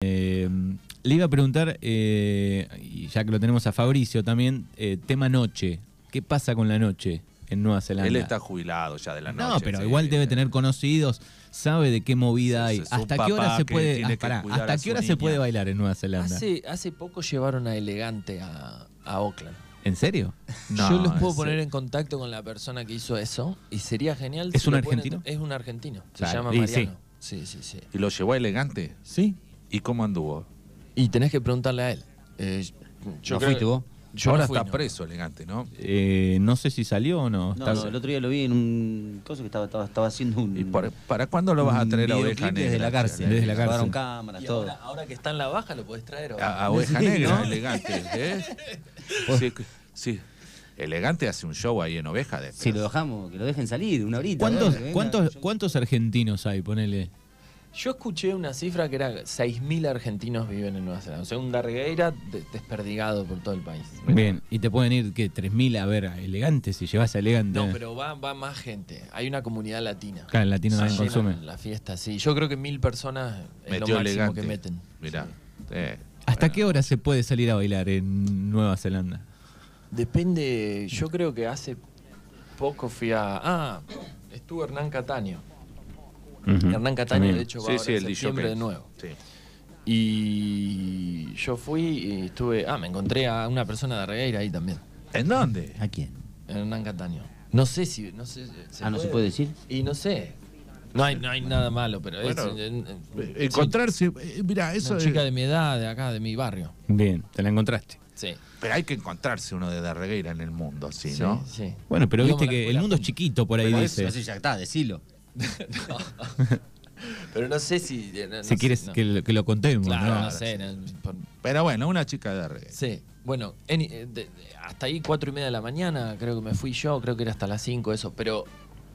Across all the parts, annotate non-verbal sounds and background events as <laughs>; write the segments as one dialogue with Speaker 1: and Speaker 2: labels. Speaker 1: Em, Le iba a preguntar, eh, y ya que lo tenemos a Fabricio también, eh, tema noche. ¿Qué pasa con la noche en Nueva Zelanda?
Speaker 2: Él está jubilado ya de la noche.
Speaker 1: no, pero
Speaker 2: sí.
Speaker 1: igual debe tener conocidos, sabe de qué movida hay.
Speaker 2: Es- es un
Speaker 1: ¿Hasta qué hora
Speaker 2: papá
Speaker 1: se
Speaker 2: que
Speaker 1: puede,
Speaker 2: tiene
Speaker 1: ah,
Speaker 2: que
Speaker 1: pará,
Speaker 2: cuidar
Speaker 1: ¿hasta
Speaker 2: a
Speaker 1: qué
Speaker 2: su
Speaker 1: hora se
Speaker 2: niña.
Speaker 1: puede bailar en Nueva Zelanda?
Speaker 3: Hace, hace poco llevaron a Elegante a, a Oakland.
Speaker 1: ¿En serio?
Speaker 2: No,
Speaker 3: Yo los puedo
Speaker 2: ese-
Speaker 3: poner en contacto con la persona que hizo eso y sería genial.
Speaker 1: ¿Es
Speaker 3: si
Speaker 1: un
Speaker 3: lo ponen-
Speaker 1: argentino?
Speaker 3: es un argentino. Se
Speaker 1: Claro,
Speaker 3: llama
Speaker 1: y
Speaker 3: Mariano. Sí. sí, sí,
Speaker 2: Y lo llevó elegante.
Speaker 1: Sí.
Speaker 2: ¿Y cómo anduvo?
Speaker 3: Y tenés que preguntarle a él. Eh, yo
Speaker 4: ¿No
Speaker 3: creo-
Speaker 4: fuiste vos?
Speaker 3: Yo
Speaker 2: Ahora
Speaker 3: no fui,
Speaker 2: está
Speaker 3: no.
Speaker 2: preso elegante, ¿no?
Speaker 1: Eh, no sé si salió o no.
Speaker 4: No,
Speaker 1: Está-
Speaker 4: no, el otro día lo vi en un coso que estaba, estaba, estaba haciendo un.
Speaker 2: ¿Y
Speaker 3: Mm.
Speaker 2: por- para cuándo lo vas a
Speaker 4: un
Speaker 2: traer a
Speaker 4: videoclip
Speaker 2: Oveja Negra?
Speaker 4: Desde la cárcel.
Speaker 1: Desde la cárcel.
Speaker 4: Grabaron cámaras,
Speaker 3: Y
Speaker 4: todo.
Speaker 3: ahora, ahora que está en la baja lo podés traer. o-
Speaker 2: A, a Oveja
Speaker 4: Sí,
Speaker 2: Negra,
Speaker 4: ¿no?
Speaker 2: elegante. ¿eh?
Speaker 3: <laughs> Pues-
Speaker 2: Sí, sí. Elegante hace un show ahí en Oveja. De
Speaker 4: Si lo dejamos, que lo dejen salir una horita.
Speaker 1: ¿Cuántos,
Speaker 4: ¿verdad? Que venga.
Speaker 1: cuántos, ¿Cuántos argentinos hay? Ponele.
Speaker 3: Yo escuché una cifra que era 6.000 argentinos viven en Nueva Zelanda. O sea, un dargueira de- desperdigado por todo el país.
Speaker 1: Bien, y te pueden ir, ¿qué? 3.000 a ver, a elegante, si llevas a elegante.
Speaker 3: No, pero va, va más gente. Hay una comunidad latina.
Speaker 1: Claro, el latino
Speaker 3: Se
Speaker 1: también
Speaker 3: llenan
Speaker 1: consume.
Speaker 3: La fiesta, sí. Yo creo que mil personas es
Speaker 2: Metió
Speaker 3: lo máximo
Speaker 2: elegante.
Speaker 3: que meten.
Speaker 2: Mirá. eh,
Speaker 1: ¿Hasta
Speaker 2: bueno.
Speaker 1: qué hora se puede salir a bailar en Nueva Zelanda?
Speaker 3: Depende, yo creo que hace poco fui a... Ah, estuvo Hernán Cataño. Hernán Cataño,
Speaker 1: También.
Speaker 3: de hecho, va
Speaker 2: Sí,
Speaker 3: ahora
Speaker 2: sí,
Speaker 3: en
Speaker 2: el DJ.
Speaker 3: septiembre de nuevo.
Speaker 2: Sí.
Speaker 3: Y yo fui y estuve... Ah, me encontré a una persona de Regueira ahí también.
Speaker 2: ¿En dónde?
Speaker 4: ¿A quién?
Speaker 3: Hernán Cataño. No sé si... No sé,
Speaker 4: ah, no se puede decir.
Speaker 3: Y no sé. No hay, no hay nada malo, pero es-
Speaker 2: Bueno,
Speaker 3: eh, eh,
Speaker 2: Eh, Encontrarse. eh, Mirá,
Speaker 3: es
Speaker 2: eso
Speaker 3: una
Speaker 2: es-
Speaker 3: chica de mi edad, de acá, de mi barrio.
Speaker 1: Bien, te la encontraste.
Speaker 3: Sí.
Speaker 2: Pero hay que encontrarse uno de Darregueira en el mundo, ¿sí,
Speaker 3: sí,
Speaker 2: no?
Speaker 3: sí.
Speaker 1: Bueno, pero
Speaker 3: Íbamos a
Speaker 1: viste
Speaker 3: la
Speaker 1: que el
Speaker 3: escuela
Speaker 1: mundo es chiquito por ahí,
Speaker 4: Pero
Speaker 1: dice.
Speaker 4: eso, eso ya está, decilo.
Speaker 3: Pero no sé si. eh, no- no
Speaker 1: si
Speaker 3: sé,
Speaker 1: quieres
Speaker 3: no.
Speaker 1: que, lo, que lo contemos,
Speaker 3: Claro,
Speaker 1: ¿no?
Speaker 3: no, sé. no, por-
Speaker 2: Pero bueno, una chica de Darregueira.
Speaker 3: sí. Bueno, en- eh, de- de- hasta ahí cuatro y media de la mañana, creo que me fui yo, creo que era hasta las cinco, eso. Pero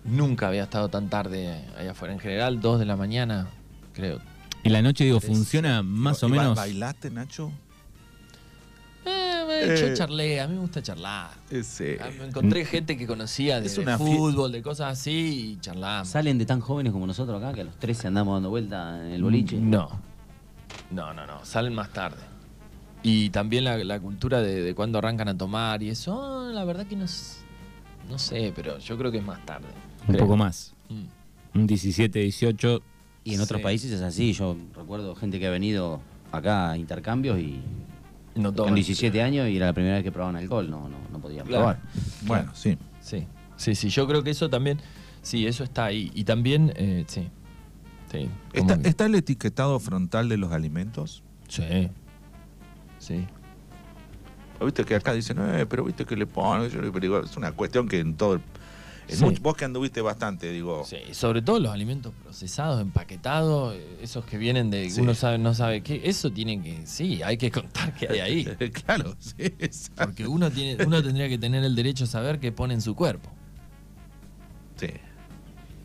Speaker 3: nunca había estado tan tarde allá afuera. En general, dos de la mañana, creo.
Speaker 1: Y la noche, digo, funciona más o
Speaker 2: ¿Y ba-
Speaker 1: menos.
Speaker 2: ¿Bailaste, Nacho?
Speaker 3: Eh, bueno, yo charlé, a mí me gusta charlar.
Speaker 2: Ese.
Speaker 3: Ah, Me encontré gente que conocía de,
Speaker 2: Eh, Es
Speaker 3: de
Speaker 2: una fie-
Speaker 3: fútbol, de cosas así, y charlamos.
Speaker 4: ¿Salen de tan jóvenes como nosotros acá, que a los 13 andamos dando vuelta en
Speaker 2: Mm,
Speaker 4: el boliche?
Speaker 3: No. No, no, no. Salen más tarde. Y también la, la cultura de, de cuándo arrancan a tomar y eso, ah, la verdad que no, s- no sé, pero yo creo que es más tarde.
Speaker 1: un
Speaker 3: Creo.
Speaker 1: poco más.
Speaker 3: Mm.
Speaker 1: Un 17, 18.
Speaker 4: Y en otros
Speaker 3: Sí.
Speaker 4: países es así. Yo recuerdo gente que ha venido acá a intercambios y
Speaker 3: No
Speaker 4: con
Speaker 3: toman.
Speaker 4: 17 años y era la primera vez que probaban alcohol. No, no, no podían
Speaker 3: Claro.
Speaker 4: probar.
Speaker 2: Bueno, sí.
Speaker 3: Sí, sí, sí. Yo creo que eso también, sí, eso está ahí. Y también, eh, sí. Sí. como
Speaker 2: ¿Está,
Speaker 3: que-
Speaker 2: está el etiquetado frontal de los alimentos?
Speaker 3: Sí. Sí.
Speaker 2: Viste que acá dicen, eh, pero viste que le ponen. Yo digo, pero es una cuestión que en todo el. en
Speaker 3: Sí.
Speaker 2: mucho- vos que anduviste bastante, digo.
Speaker 3: Sí, sobre todo los alimentos procesados, empaquetados, eh, esos que vienen de
Speaker 2: Sí.
Speaker 3: uno sabe, no sabe qué, eso tiene que, sí, hay que contar que hay
Speaker 1: <laughs>
Speaker 3: ahí.
Speaker 2: <laughs> claro, sí. exacto.
Speaker 3: Porque uno tiene, uno tendría que tener el derecho a saber qué pone en su cuerpo.
Speaker 2: Sí.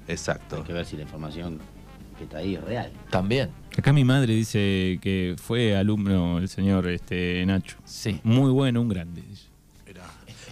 Speaker 2: Exacto.
Speaker 4: Hay que ver si la información que está ahí es real.
Speaker 3: También.
Speaker 1: Acá mi madre dice que fue alumno el señor este Nacho.
Speaker 3: Sí.
Speaker 1: Muy bueno, un grande. dice.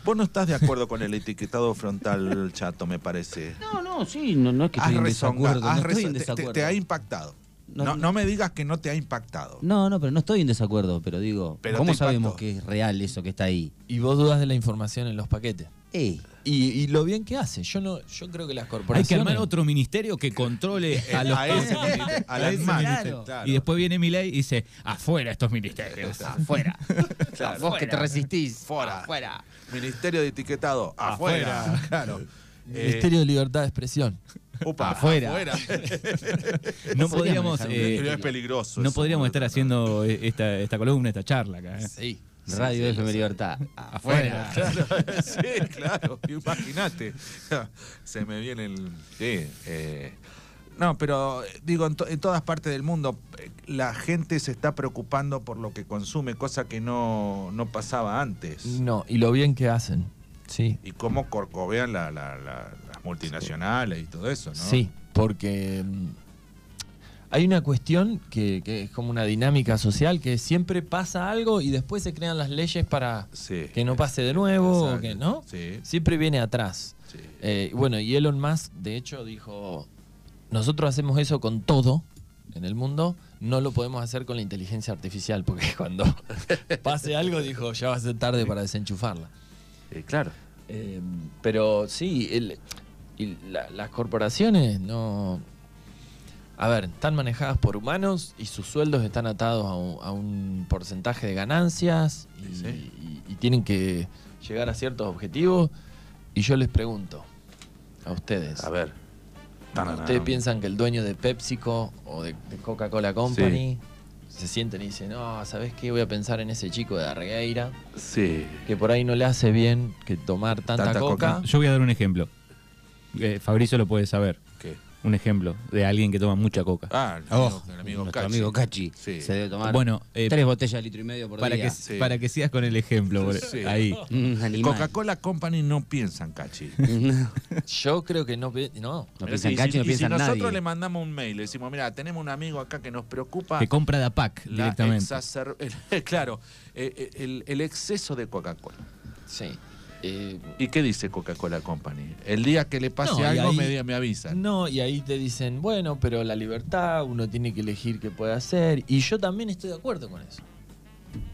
Speaker 2: Vos no estás de acuerdo con el etiquetado frontal, chato, me parece.
Speaker 4: No, no, sí, no, no es que
Speaker 2: Has
Speaker 4: estoy en
Speaker 2: rezongado,
Speaker 4: desacuerdo.
Speaker 2: has
Speaker 4: No estoy
Speaker 2: rezo- te-
Speaker 4: en
Speaker 2: te-
Speaker 4: desacuerdo.
Speaker 2: te ha impactado.
Speaker 4: No,
Speaker 2: No,
Speaker 4: no.
Speaker 2: no me digas que no te ha impactado.
Speaker 4: No, no, pero no estoy en desacuerdo, pero digo,
Speaker 2: Pero
Speaker 4: ¿cómo
Speaker 2: te
Speaker 4: sabemos
Speaker 2: impactó.
Speaker 4: que es real eso que está ahí?
Speaker 3: Y vos dudas de la información en los paquetes.
Speaker 4: Eh,
Speaker 3: Y, y lo bien que hace. Yo no, yo creo que las
Speaker 1: Hay
Speaker 3: corporaciones.
Speaker 1: que armar otro ministerio que
Speaker 3: <laughs>
Speaker 1: controle a los
Speaker 2: a ese ministerio, a la
Speaker 1: ese
Speaker 2: imagen,
Speaker 4: ministerio.
Speaker 2: claro.
Speaker 1: Y después viene Milei y dice, afuera estos
Speaker 3: <laughs>
Speaker 1: ministerios.
Speaker 4: <laughs> afuera. Vos que te resistís. Ah,
Speaker 2: Fuera.
Speaker 4: Afuera.
Speaker 2: Ministerio de etiquetado, afuera. <laughs> Claro. Eh,
Speaker 3: Ministerio de Libertad de Expresión.
Speaker 2: upa,
Speaker 4: Afuera.
Speaker 1: No
Speaker 4: Podríamos
Speaker 1: podríamos,
Speaker 4: dejar un
Speaker 1: eh,
Speaker 2: Pero <laughs> es peligroso.
Speaker 1: no
Speaker 2: eso,
Speaker 1: podríamos estar
Speaker 2: boludo.
Speaker 1: haciendo eh, esta, esta columna, esta charla acá. eh.
Speaker 3: Sí.
Speaker 4: Radio FM Libertad.
Speaker 2: Ah,
Speaker 4: Ah,
Speaker 1: Afuera.
Speaker 2: Claro, <laughs> sí, claro, imagínate. <laughs> Se me viene el. Sí, eh, No, pero eh, digo, en, to- en todas partes del mundo eh, la gente se está preocupando por lo que consume, cosa que no, no pasaba antes.
Speaker 3: No, y lo bien que hacen. Sí.
Speaker 2: Y cómo corcovean la- la- la- las multinacionales y todo eso, ¿no?
Speaker 3: Sí, porque mm, hay una cuestión que, que es como una dinámica social que siempre pasa algo y después se crean las leyes para
Speaker 2: Sí.
Speaker 3: que no pase de nuevo, o
Speaker 2: Exacto.
Speaker 3: que no.
Speaker 2: Sí,
Speaker 3: Siempre viene atrás.
Speaker 2: sí.
Speaker 3: Eh, bueno, y Elon Musk, de hecho, dijo, nosotros hacemos eso con todo, en el mundo, no lo podemos hacer con la inteligencia artificial, porque <laughs> cuando pase algo, dijo, ya va a ser tarde para desenchufarla.
Speaker 4: Eh, claro.
Speaker 3: Eh, pero sí, el- y la- las corporaciones no... A ver, están manejadas por humanos y sus sueldos están atados a un, a un porcentaje de ganancias y,
Speaker 2: Sí, sí.
Speaker 3: y- y tienen que llegar a ciertos objetivos. Y yo les pregunto a ustedes,
Speaker 4: A ver.
Speaker 3: ¿ustedes piensan que el dueño de PepsiCo o de, de Coca-Cola Company se sienten y dicen, no, ¿sabes qué? Voy a pensar en ese chico de Argueira
Speaker 4: Sí.
Speaker 3: que por ahí no le hace bien que tomar tanta,
Speaker 2: Tanta
Speaker 3: coca.
Speaker 2: coca.
Speaker 1: Yo voy a dar un ejemplo. Eh, Fabricio lo puede saber.
Speaker 2: ¿Qué?
Speaker 1: Un ejemplo de alguien que toma mucha coca.
Speaker 2: Ah, el
Speaker 4: Oh,
Speaker 2: amigo, el amigo
Speaker 4: nuestro
Speaker 2: Cachi.
Speaker 4: amigo Cachi.
Speaker 2: Sí.
Speaker 4: Se debe tomar
Speaker 1: Bueno, eh,
Speaker 4: tres botellas de litro y medio por
Speaker 1: para,
Speaker 4: día.
Speaker 1: que,
Speaker 2: Sí.
Speaker 1: para que sigas con el ejemplo. por-
Speaker 2: Sí.
Speaker 1: Ahí.
Speaker 4: Mm, animal.
Speaker 2: Coca-Cola Company no piensan, Cachi.
Speaker 4: <laughs> no
Speaker 3: Yo creo que no. pe- No.
Speaker 2: Pero
Speaker 4: piensa
Speaker 2: sí,
Speaker 4: en Cachi,
Speaker 2: y
Speaker 4: no
Speaker 2: si- y
Speaker 4: piensa
Speaker 2: si
Speaker 4: en
Speaker 2: nosotros
Speaker 4: nadie.
Speaker 2: le mandamos un mail, le decimos, mira, tenemos un amigo acá que nos preocupa
Speaker 1: Que compra de APAC
Speaker 2: Ah. la
Speaker 1: directamente.
Speaker 2: exacer- <laughs> el- claro, eh, el, el exceso de Coca-Cola.
Speaker 3: Sí. Eh,
Speaker 2: ¿Y qué dice Coca-Cola Company? El día que le pase
Speaker 3: No, y
Speaker 2: algo
Speaker 3: ahí-
Speaker 2: me, di- me
Speaker 4: Mm.
Speaker 2: avisan.
Speaker 3: no, y ahí te dicen, bueno, pero la libertad, uno tiene que elegir qué puede hacer. Y yo también estoy de acuerdo con eso.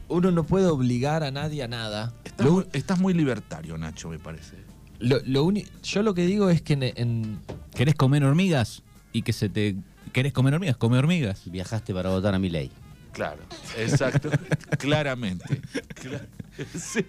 Speaker 3: Uno no puede obligar a nadie a nada.
Speaker 2: Estás, muy, estás muy libertario, Nacho, me parece.
Speaker 3: Lo, lo uni- yo lo que digo es que en, en-
Speaker 1: ¿Querés comer hormigas? Y que se te. ¿Querés comer hormigas? Come hormigas.
Speaker 4: Viajaste para votar a mi ley.
Speaker 2: Claro,
Speaker 4: <laughs>
Speaker 2: exacto, claramente. Cla- <laughs> Sí.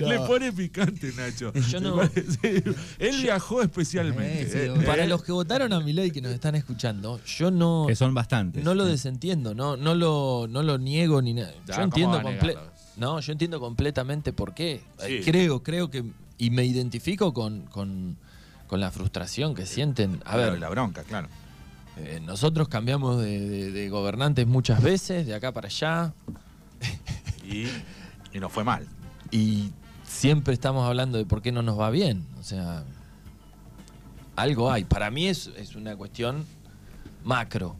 Speaker 2: Le pone picante, Nacho.
Speaker 3: Yo no-
Speaker 2: Me parece- Él viajó especialmente.
Speaker 4: Eh, sí,
Speaker 2: eh.
Speaker 4: obvio.
Speaker 3: Para los que votaron a mi ley que nos están escuchando, yo no,
Speaker 1: Que son bastantes.
Speaker 3: no lo desentiendo, no, no, lo, no lo niego ni nada.
Speaker 2: Este. Ya,
Speaker 3: Yo
Speaker 2: ¿cómo
Speaker 3: entiendo
Speaker 2: va a
Speaker 3: comple-
Speaker 2: negarlo?
Speaker 3: No, yo entiendo completamente por qué.
Speaker 2: Sí.
Speaker 3: Creo, creo que. Y me identifico con, con, con la frustración que sienten. A
Speaker 2: Claro,
Speaker 3: ver,
Speaker 2: la bronca, claro.
Speaker 3: eh, nosotros cambiamos de, de- de gobernantes muchas veces, de acá para allá,
Speaker 2: Y, y no fue mal.
Speaker 3: y siempre estamos hablando de por qué no nos va bien. O sea, algo hay. Para mí es, es una cuestión macro.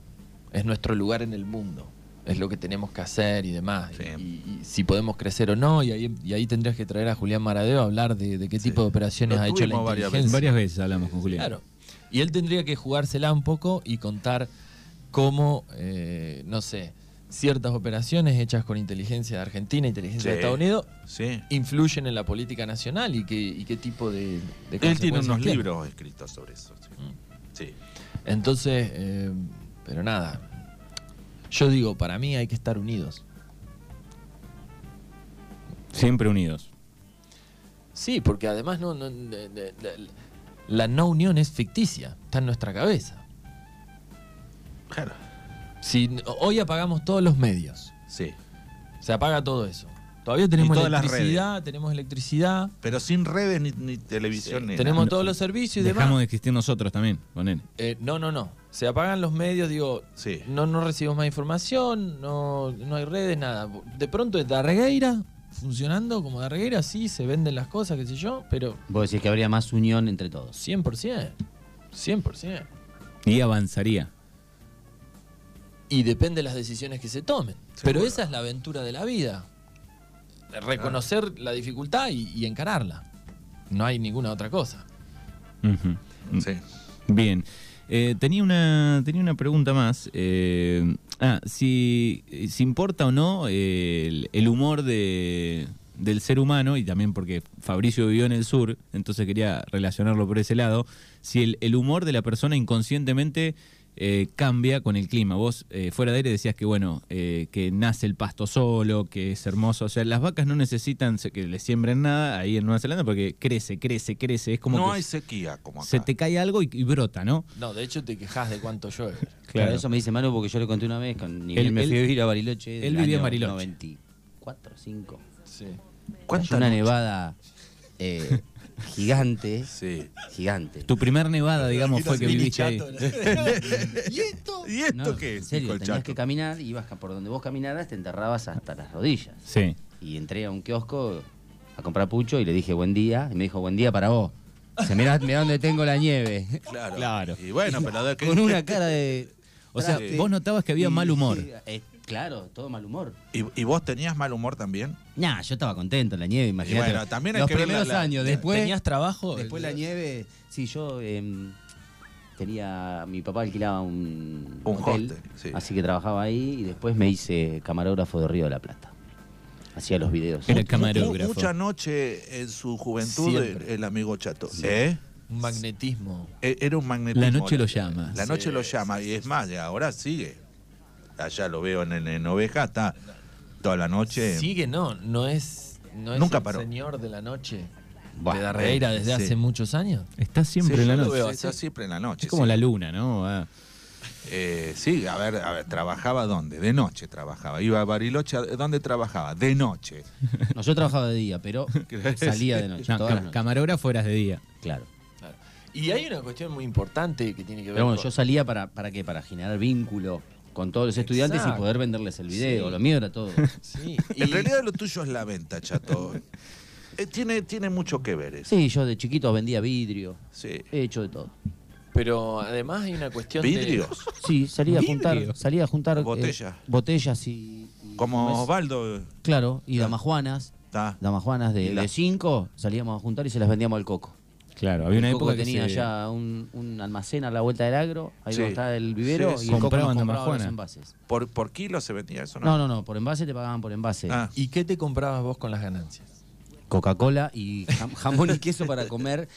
Speaker 3: Es nuestro lugar en el mundo. Es lo que tenemos que hacer y demás.
Speaker 2: Sí.
Speaker 3: Y, y si podemos crecer o no. Y ahí, y ahí tendrías que traer a Julián Maradeo a hablar de, de qué tipo de operaciones
Speaker 2: Lo
Speaker 3: ha hecho la
Speaker 2: tuvimos varias
Speaker 3: inteligencia.
Speaker 2: veces.
Speaker 1: Varias veces hablamos con Julián.
Speaker 3: Claro. Y él tendría que jugársela un poco y contar cómo, eh, no sé, ciertas operaciones hechas con inteligencia de Argentina, inteligencia de
Speaker 2: Sí.
Speaker 3: Estados Unidos,
Speaker 2: Sí.
Speaker 3: influyen en la política nacional y qué, y qué tipo de, de
Speaker 2: Él tiene
Speaker 3: consecuencias
Speaker 2: unos libros escritos sobre eso. sí. Sí.
Speaker 3: Entonces, eh, pero nada. Yo digo, para mí hay que estar unidos.
Speaker 1: Siempre unidos.
Speaker 3: Sí, porque además no, no- de- de- de- la no unión es ficticia, está en nuestra cabeza.
Speaker 2: Claro.
Speaker 3: Si n- hoy apagamos todos los medios,
Speaker 2: Sí.
Speaker 3: se apaga todo eso. Todavía tenemos
Speaker 2: todas las
Speaker 3: electricidad, tenemos electricidad,
Speaker 2: Pero sin redes ni, ni televisión ni
Speaker 3: tenemos
Speaker 1: No,
Speaker 3: todos los servicios y demás.
Speaker 1: Dejamos de existir nosotros también, ponele.
Speaker 3: Eh, no, no, no. Se apagan los medios, digo,
Speaker 2: Sí.
Speaker 3: no, no recibimos más información, no, no hay redes, nada. De pronto es Darregueira funcionando como Darregueira, sí, se venden las cosas, qué sé yo, pero
Speaker 4: Vos decís que habría más unión entre todos.
Speaker 3: 100%, 100%.
Speaker 1: Y avanzaría.
Speaker 3: Y depende de las decisiones que se tomen. Pero esa es la aventura de la vida. Reconocer la dificultad y, y encararla. No hay ninguna otra cosa.
Speaker 1: Ujú.
Speaker 2: nada. Sí.
Speaker 1: Bien. Eh, tenía, una, tenía una pregunta más. Eh, ah, si, si importa o no eh, el, el humor de, del ser humano, y también porque Fabricio vivió en el sur, entonces quería relacionarlo por ese lado, si el, el humor de la persona inconscientemente eh, cambia con el clima. Vos eh, fuera de aire decías que, bueno, eh, que nace el pasto solo, que es hermoso. O sea, las vacas no necesitan se- que le siembren nada ahí en Nueva Zelanda porque crece, crece, crece. Es como
Speaker 2: no
Speaker 1: que
Speaker 2: hay sequía como acá.
Speaker 1: se te cae algo y, y brota, ¿no?
Speaker 3: No, de hecho te quejas de cuánto llueve.
Speaker 1: Claro.
Speaker 4: Claro. Eso me dice Manu porque yo le conté una vez. Con Miguel
Speaker 1: Él-
Speaker 4: me
Speaker 1: él-
Speaker 4: fui a vivir a Bariloche.
Speaker 1: él
Speaker 4: del
Speaker 1: vivía en
Speaker 4: año
Speaker 1: Bariloche.
Speaker 4: 94, 5.
Speaker 3: Sí.
Speaker 4: Cayó una nevada eh, gigante.
Speaker 2: Sí.
Speaker 4: Gigante.
Speaker 1: Tu primer nevada, digamos, fue que viviste ahí.
Speaker 3: <laughs>
Speaker 2: <laughs>
Speaker 3: ¿Y esto?
Speaker 2: ¿Y esto
Speaker 4: No,
Speaker 2: qué es?
Speaker 4: En serio,
Speaker 2: dijo el
Speaker 4: tenías
Speaker 2: Chaco?
Speaker 4: que caminar, ibas ca- por donde vos caminaras, te enterrabas hasta las rodillas.
Speaker 1: Sí.
Speaker 4: Y entré a un kiosco a comprar pucho y le dije buen día. Y me dijo, buen día para vos. Se mirá, mirá dónde tengo la nieve.
Speaker 2: Claro.
Speaker 1: Claro.
Speaker 2: Y bueno, pero de <laughs>
Speaker 4: Con una cara de.
Speaker 1: O sea,
Speaker 4: traste.
Speaker 1: vos notabas que había
Speaker 4: Y-
Speaker 1: mal humor.
Speaker 4: eh, claro, todo mal humor.
Speaker 2: ¿Y, y vos tenías mal humor también?
Speaker 4: Nah, yo estaba contento en la nieve, imagínate.
Speaker 2: bueno, también hay
Speaker 4: Los
Speaker 2: que ver la-
Speaker 4: primeros
Speaker 2: la-
Speaker 4: años,
Speaker 2: te-
Speaker 4: después.
Speaker 3: ¿Tenías trabajo?
Speaker 4: Después la nieve. Sí, yo. em, tenía, mi papá alquilaba un,
Speaker 2: Un
Speaker 4: hotel,
Speaker 2: hostel, sí.
Speaker 4: así que trabajaba ahí y después me hice camarógrafo de Río de la Plata. Hacía los videos.
Speaker 1: Era
Speaker 2: Mu-
Speaker 1: camarógrafo.
Speaker 2: Mucha noche en su juventud el,
Speaker 3: Siempre.
Speaker 2: el amigo Chato. ¿Eh?
Speaker 3: Un magnetismo.
Speaker 2: E- Era un magnetismo.
Speaker 1: La noche lo llama.
Speaker 2: La noche lo llama y es más, y ahora sigue. Allá lo veo en, en, en Oveja, está toda la noche.
Speaker 3: Sigue, no, no es, no es
Speaker 2: Nunca
Speaker 3: el
Speaker 2: paró.
Speaker 3: señor de la noche
Speaker 4: Buah,
Speaker 3: de Darreira desde
Speaker 2: sí.
Speaker 3: hace muchos años.
Speaker 1: Está siempre
Speaker 2: Sí,
Speaker 1: en la
Speaker 2: yo lo
Speaker 1: noche.
Speaker 2: veo, está siempre en la noche.
Speaker 1: Es como
Speaker 2: sí.
Speaker 1: la luna, ¿no? Ah, Va.
Speaker 2: Eh, sí, a ver, a ver, ¿trabajaba dónde? De noche trabajaba. Iba a Bariloche, ¿a- ¿dónde trabajaba? De noche.
Speaker 4: No, yo trabajaba de día,
Speaker 2: <laughs>
Speaker 4: pero salía <laughs> de noche.
Speaker 1: No,
Speaker 4: Este, todas las
Speaker 1: cam-
Speaker 4: noches.
Speaker 1: camarógrafo eras de día.
Speaker 4: Claro.
Speaker 3: Claro. Y hay una cuestión muy importante que tiene que ver
Speaker 4: Pero bueno,
Speaker 3: con-
Speaker 4: yo salía para, para qué, para generar vínculo con todos los estudiantes
Speaker 3: Exacto.
Speaker 4: y poder venderles el video.
Speaker 3: Sí.
Speaker 4: Lo mío era <laughs> todo.
Speaker 3: Sí,
Speaker 2: <laughs> En
Speaker 3: y-
Speaker 2: realidad lo tuyo es la venta, Chato. Eh, tiene, tiene mucho que ver eso.
Speaker 4: Sí, yo de chiquito vendía vidrio,
Speaker 2: Sí.
Speaker 4: he hecho de todo.
Speaker 3: Pero además hay una cuestión de-
Speaker 2: Vidrios.
Speaker 4: Sí, salía a
Speaker 1: ¿Vidrio?
Speaker 4: juntar, salía a juntar eh,
Speaker 2: Botellas.
Speaker 4: botellas y, y-
Speaker 1: Pues
Speaker 2: Como
Speaker 4: ¿cómo es?
Speaker 2: Osvaldo. eh,
Speaker 4: claro, y
Speaker 2: Claro.
Speaker 4: damajuanas,
Speaker 2: Está.
Speaker 4: damajuanas
Speaker 2: Y
Speaker 4: de,
Speaker 2: la-
Speaker 4: de cinco, salíamos a juntar y se las vendíamos al coco.
Speaker 1: Claro, había una
Speaker 4: el coco
Speaker 1: época que
Speaker 4: tenía
Speaker 1: se-
Speaker 4: ya un, un almacén a la vuelta del agro, ahí
Speaker 2: Sí.
Speaker 4: donde está el vivero
Speaker 2: Sí,
Speaker 4: y el coco nos
Speaker 1: Compraban
Speaker 4: compraba los
Speaker 1: damajuanas.
Speaker 4: envases.
Speaker 2: ¿Por, ¿Por kilo se vendía eso? No.
Speaker 4: No, no, no, por envase te pagaban por envase.
Speaker 2: Ah.
Speaker 3: ¿Y qué te comprabas vos con las ganancias?
Speaker 4: Coca-Cola y <laughs> jam- jamón y queso para comer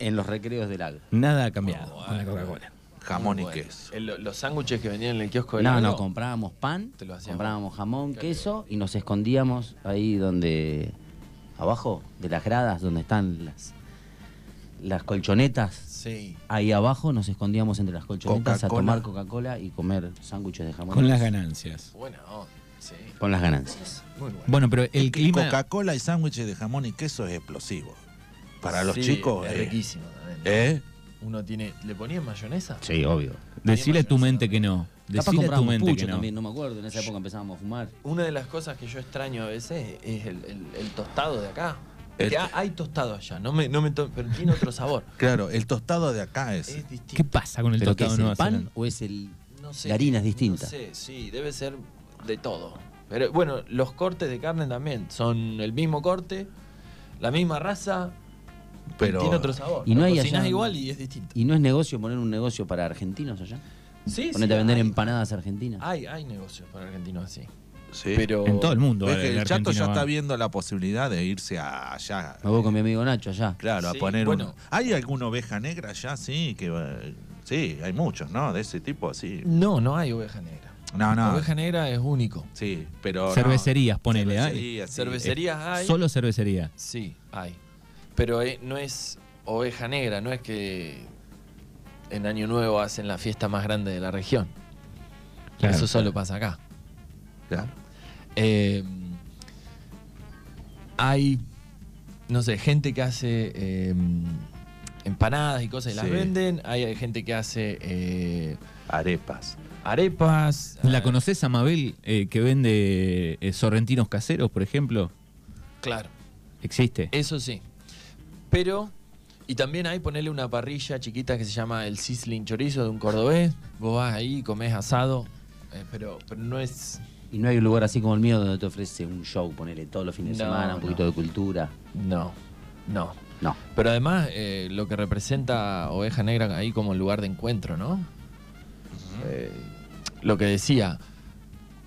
Speaker 4: en los recreos del agro.
Speaker 1: Nada ha cambiado con la Coca-Cola.
Speaker 2: Jamón y
Speaker 3: Bueno,
Speaker 2: queso.
Speaker 3: el- los sándwiches que vendían en el kiosco del
Speaker 4: No,
Speaker 3: agro,
Speaker 4: no, comprábamos pan,
Speaker 3: Te lo hacíamos.
Speaker 4: comprábamos jamón, queso y nos escondíamos ahí donde, abajo de las gradas, donde están las, las colchonetas.
Speaker 3: Sí.
Speaker 4: Ahí abajo nos escondíamos entre las colchonetas a
Speaker 2: Coca-Cola.
Speaker 4: tomar Coca-Cola y comer sándwiches de jamón. y
Speaker 1: Con las
Speaker 4: queso.
Speaker 1: ganancias.
Speaker 3: Buena onda. Sí.
Speaker 4: Con las ganancias.
Speaker 3: Muy bueno.
Speaker 1: Bueno, pero el
Speaker 2: Y
Speaker 1: clima.
Speaker 2: Coca-Cola y sándwiches de jamón y queso es explosivo. Para los
Speaker 3: Sí,
Speaker 2: chicos.
Speaker 3: Es
Speaker 2: eh,
Speaker 3: riquísimo también. ¿no?
Speaker 2: ¿eh?
Speaker 3: Uno tiene. ¿Le ponían mayonesa?
Speaker 4: Sí, obvio.
Speaker 1: Decile a tu mente que no.
Speaker 4: Capaz
Speaker 1: Decile a tu
Speaker 4: comprábamos
Speaker 1: mente que
Speaker 4: pucho
Speaker 1: no.
Speaker 4: también, no me acuerdo. En esa época empezábamos a fumar.
Speaker 3: Una de las cosas que yo extraño a veces es el, el- el tostado de acá.
Speaker 2: El-
Speaker 3: Que ha- hay tostado allá, no me, no me to- pero tiene otro
Speaker 4: <laughs>
Speaker 3: sabor.
Speaker 2: Claro, el tostado de acá es.
Speaker 3: Es
Speaker 1: ¿Qué
Speaker 3: distinto.
Speaker 1: pasa con el
Speaker 4: ¿Pero qué
Speaker 1: tostado
Speaker 4: es
Speaker 1: de Nueva
Speaker 4: el pan
Speaker 1: Zelanda?
Speaker 4: o es el...?
Speaker 3: No sé,
Speaker 4: La harina es distinta.
Speaker 3: No sé, sí, debe ser de todo. Pero bueno, los cortes de carne también son el mismo corte, la misma raza,
Speaker 2: Pero-
Speaker 3: pero tiene otro sabor.
Speaker 4: Y no
Speaker 3: Lo
Speaker 4: hay
Speaker 3: cocinás
Speaker 4: allá-
Speaker 3: igual y es distinto.
Speaker 4: ¿Y no es negocio poner un negocio para argentinos allá?
Speaker 3: Sí,
Speaker 4: Ponete a vender
Speaker 3: hay,
Speaker 4: empanadas argentinas.
Speaker 3: Hay, hay negocios para argentinos así.
Speaker 2: Sí.
Speaker 3: Pero
Speaker 1: En todo el mundo.
Speaker 2: Ves que
Speaker 1: eh,
Speaker 2: el,
Speaker 1: la
Speaker 2: chato
Speaker 1: Argentina
Speaker 2: ya
Speaker 1: va.
Speaker 2: está viendo la posibilidad de irse a- allá. eh,
Speaker 4: Me voy con mi amigo Nacho allá.
Speaker 2: Claro,
Speaker 3: Sí,
Speaker 2: a poner
Speaker 3: bueno.
Speaker 2: uno. ¿Hay alguna oveja negra allá? Sí, que eh, sí, hay muchos, ¿no? De ese tipo, sí.
Speaker 3: No, no hay oveja negra.
Speaker 2: No, no.
Speaker 3: Oveja negra es único.
Speaker 2: Sí, pero no.
Speaker 1: Cervecerías, ponele. ¿ah?
Speaker 2: Cervecería, sí.
Speaker 3: Cervecerías hay.
Speaker 1: Solo cervecería.
Speaker 3: Sí, hay. Pero eh, no es oveja negra, no es que en Año Nuevo hacen la fiesta más grande de la región.
Speaker 1: Claro.
Speaker 3: Eso solo pasa acá.
Speaker 2: Claro.
Speaker 3: Eh, hay, no sé, gente que hace eh, empanadas y cosas y las
Speaker 2: Sí.
Speaker 3: venden. Hay, hay gente que hace eh,
Speaker 2: Arepas.
Speaker 3: arepas.
Speaker 1: ¿La
Speaker 3: Ah,
Speaker 1: conoces a Mabel eh, que vende eh, sorrentinos caseros, por ejemplo?
Speaker 3: Claro,
Speaker 1: Existe.
Speaker 2: Eh,
Speaker 3: eso sí. Pero, y también hay ponerle una parrilla chiquita que se llama el sizzling chorizo de un cordobés. Vos vas ahí y comés asado. eh, pero, pero no es.
Speaker 4: Y no hay un lugar así como el mío donde te ofrece un show, ponele todos los fines de
Speaker 3: No,
Speaker 4: semana, un poquito
Speaker 3: no.
Speaker 4: de cultura.
Speaker 3: No, no.
Speaker 4: No.
Speaker 3: Pero además, eh, lo que representa Oveja Negra ahí como lugar de encuentro, ¿no? Eh, lo que decía,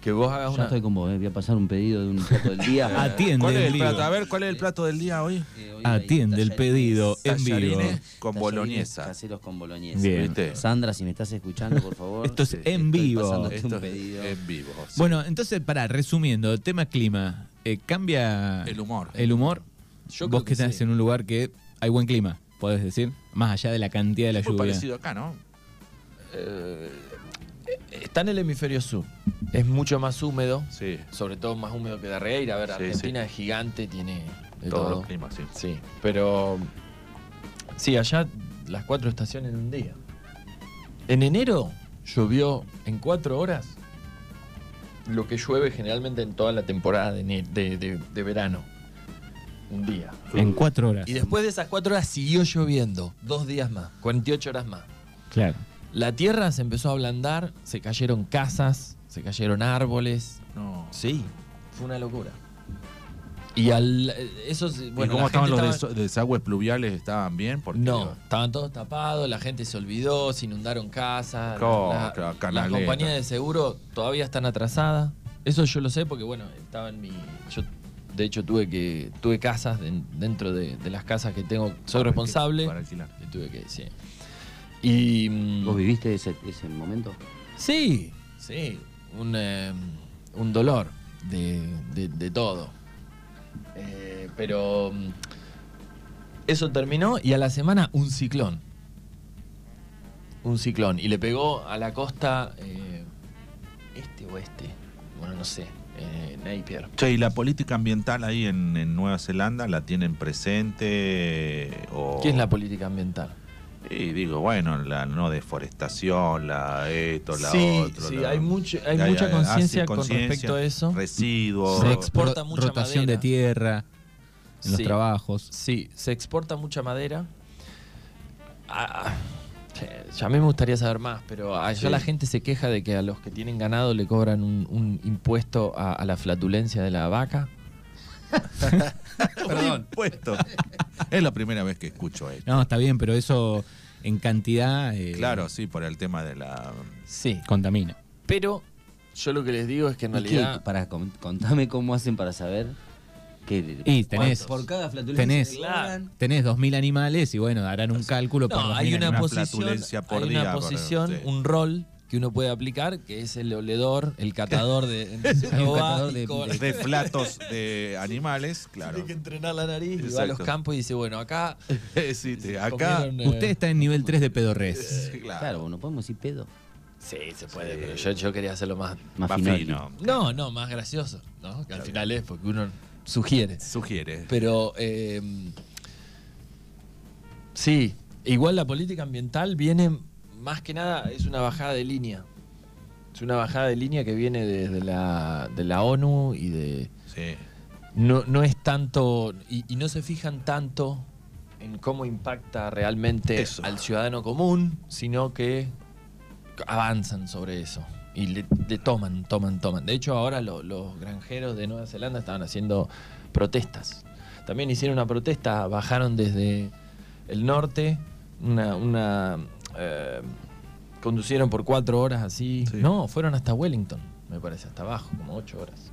Speaker 3: que vos hagas
Speaker 4: Ya
Speaker 3: una.
Speaker 4: estoy con vos, eh, voy a pasar un pedido de un plato del
Speaker 1: <laughs>
Speaker 4: día.
Speaker 1: Atiende
Speaker 2: ¿Cuál
Speaker 1: el
Speaker 2: es el
Speaker 1: vivo.
Speaker 2: plato? A ver, ¿cuál es el plato del día hoy?
Speaker 4: Eh, hoy hay
Speaker 1: Atiende el
Speaker 4: tallarines-
Speaker 1: pedido en vivo.
Speaker 2: Tallarines con
Speaker 4: tallarines
Speaker 2: boloñesa.
Speaker 4: Caseros con boloñesa.
Speaker 1: Bien.
Speaker 2: ¿Viste?
Speaker 4: Sandra, si me estás escuchando, por favor.
Speaker 1: Esto es
Speaker 4: te
Speaker 1: en
Speaker 4: estoy
Speaker 1: vivo.
Speaker 4: pasándote
Speaker 2: Esto
Speaker 4: un pedido.
Speaker 2: es en vivo. sí.
Speaker 1: Bueno, entonces, para resumiendo, tema clima. eh, ¿Cambia
Speaker 2: El humor.
Speaker 1: El humor.
Speaker 3: Yo
Speaker 1: Vos
Speaker 3: creo
Speaker 1: que estás
Speaker 3: sí.
Speaker 1: en un lugar que hay buen clima, podés decir, más allá de la cantidad de la
Speaker 2: Muy
Speaker 1: lluvia.
Speaker 2: parecido acá, ¿no?
Speaker 3: Eh, está en el hemisferio sur. Es mucho más húmedo,
Speaker 2: Sí.
Speaker 3: sobre todo más húmedo que Darreira. A ver,
Speaker 2: Sí,
Speaker 3: Argentina es gigante, tiene de
Speaker 2: Todos
Speaker 3: todo.
Speaker 2: los climas, sí.
Speaker 3: Sí, pero. Sí, allá las cuatro estaciones en un día. En enero llovió en cuatro horas lo que llueve generalmente en toda la temporada de, ene- de- de- de verano. Un día.
Speaker 1: En cuatro horas.
Speaker 3: Y después de esas cuatro horas siguió lloviendo, dos días más, 48 horas más.
Speaker 1: Claro.
Speaker 3: La tierra se empezó a ablandar, se cayeron casas, se cayeron árboles.
Speaker 2: No.
Speaker 3: Sí, fue una locura. Y al, eso, es-
Speaker 2: ¿Y
Speaker 3: bueno,
Speaker 2: cómo
Speaker 3: la
Speaker 2: estaban
Speaker 3: gente
Speaker 2: los
Speaker 3: estaba-
Speaker 2: desa- desagües pluviales? ¿Estaban bien? Porque,
Speaker 3: No,
Speaker 2: digo,
Speaker 3: estaban todos tapados, la gente se olvidó, se inundaron casas.
Speaker 2: Co-
Speaker 3: la-
Speaker 2: claro,
Speaker 3: las
Speaker 2: canaleta.
Speaker 3: compañías de seguro todavía están atrasadas. Eso yo lo sé porque, bueno, estaba en mi. Yo, de hecho, tuve que tuve casas de- dentro de, de las casas que tengo. Soy responsable.
Speaker 2: Ah, Para alquilar.
Speaker 3: Y tuve que, sí. Y. mm,
Speaker 4: ¿Vos viviste ese, ese momento?
Speaker 3: Sí, sí. Un, eh, un dolor de, de- de todo. Eh, pero mm, eso terminó y a la semana un ciclón. Un ciclón. Y le pegó a la costa eh, este o este. Bueno, no sé. eh, Napier.
Speaker 2: Che, ¿y la política ambiental ahí en, en Nueva Zelanda la tienen presente? O...
Speaker 3: ¿Qué es la política ambiental?
Speaker 2: Y digo, bueno, la no deforestación, la esto, la
Speaker 3: Sí,
Speaker 2: otro.
Speaker 3: sí,
Speaker 2: la-
Speaker 3: hay mucho- hay mucha
Speaker 2: ah,
Speaker 3: conciencia
Speaker 2: sí,
Speaker 3: con
Speaker 2: conciencia,
Speaker 3: respecto a eso.
Speaker 2: Residuos. <laughs>
Speaker 3: Se exporta
Speaker 1: Ro-
Speaker 3: mucha
Speaker 1: rotación
Speaker 3: madera.
Speaker 1: de tierra en los
Speaker 3: Sí.
Speaker 1: trabajos.
Speaker 3: Sí, se exporta mucha madera. Ah, eh, ya a mí me gustaría saber más, pero allá
Speaker 2: Sí.
Speaker 3: la gente se queja de que a los que tienen ganado le cobran un, un impuesto a, a la flatulencia de la vaca.
Speaker 2: Perdón. Impuesto. es la primera vez que escucho esto.
Speaker 1: No, está bien, pero eso en cantidad eh,
Speaker 2: Claro, sí, por el tema de la.
Speaker 3: Sí.
Speaker 1: contamina.
Speaker 3: Pero yo lo que les digo es que en
Speaker 4: ¿Y qué?
Speaker 3: realidad
Speaker 4: Para, con- contame cómo hacen para saber que
Speaker 1: Y tenés-
Speaker 4: por cada flatulencia
Speaker 1: tenés-
Speaker 4: que cobran,
Speaker 1: Tenés 2.000 animales y bueno, harán un cálculo por
Speaker 3: No,
Speaker 1: 2.000
Speaker 3: hay una,
Speaker 1: animales.
Speaker 3: posición,
Speaker 2: flatulencia por
Speaker 3: hay
Speaker 2: día,
Speaker 3: una
Speaker 2: por-
Speaker 3: posición,
Speaker 2: sí.
Speaker 3: un rol que uno puede aplicar, que es el oledor, el catador de... entonces
Speaker 4: Hay un
Speaker 3: uno va
Speaker 4: catador
Speaker 3: y
Speaker 4: de-
Speaker 3: cobra. <laughs>
Speaker 2: de flatos de animales, claro.
Speaker 3: Tiene que entrenar la nariz y va a
Speaker 2: Exacto.
Speaker 3: los campos y dice, bueno, acá...
Speaker 2: <laughs> Sí, te- acá.
Speaker 3: comieron, eh,
Speaker 1: Usted está en nivel 3 de pedorrés.
Speaker 2: Sí,
Speaker 4: Claro, bueno, podemos decir pedo.
Speaker 3: Sí, se puede, pero yo, yo quería hacerlo más.
Speaker 4: Más,
Speaker 2: Más
Speaker 4: fino.
Speaker 2: fino.
Speaker 3: No, no, más gracioso, ¿no? Que al final es porque uno sugiere.
Speaker 2: Sugiere.
Speaker 3: Pero. eh, sí, igual la política ambiental viene más que nada, es una bajada de línea. Es una bajada de línea que viene desde la, de la ONU y de.
Speaker 2: Sí.
Speaker 3: No, no es tanto. Y, y no se fijan tanto en cómo impacta realmente
Speaker 2: Eso.
Speaker 3: al ciudadano común, sino que avanzan sobre eso. Y le, le toman, toman, toman. De hecho, ahora lo- los granjeros de Nueva Zelanda estaban haciendo protestas. También hicieron una protesta, bajaron desde el norte, una. una, eh, conducieron por cuatro horas así.
Speaker 2: Sí.
Speaker 3: No, fueron hasta Wellington, me parece, hasta abajo, como ocho horas.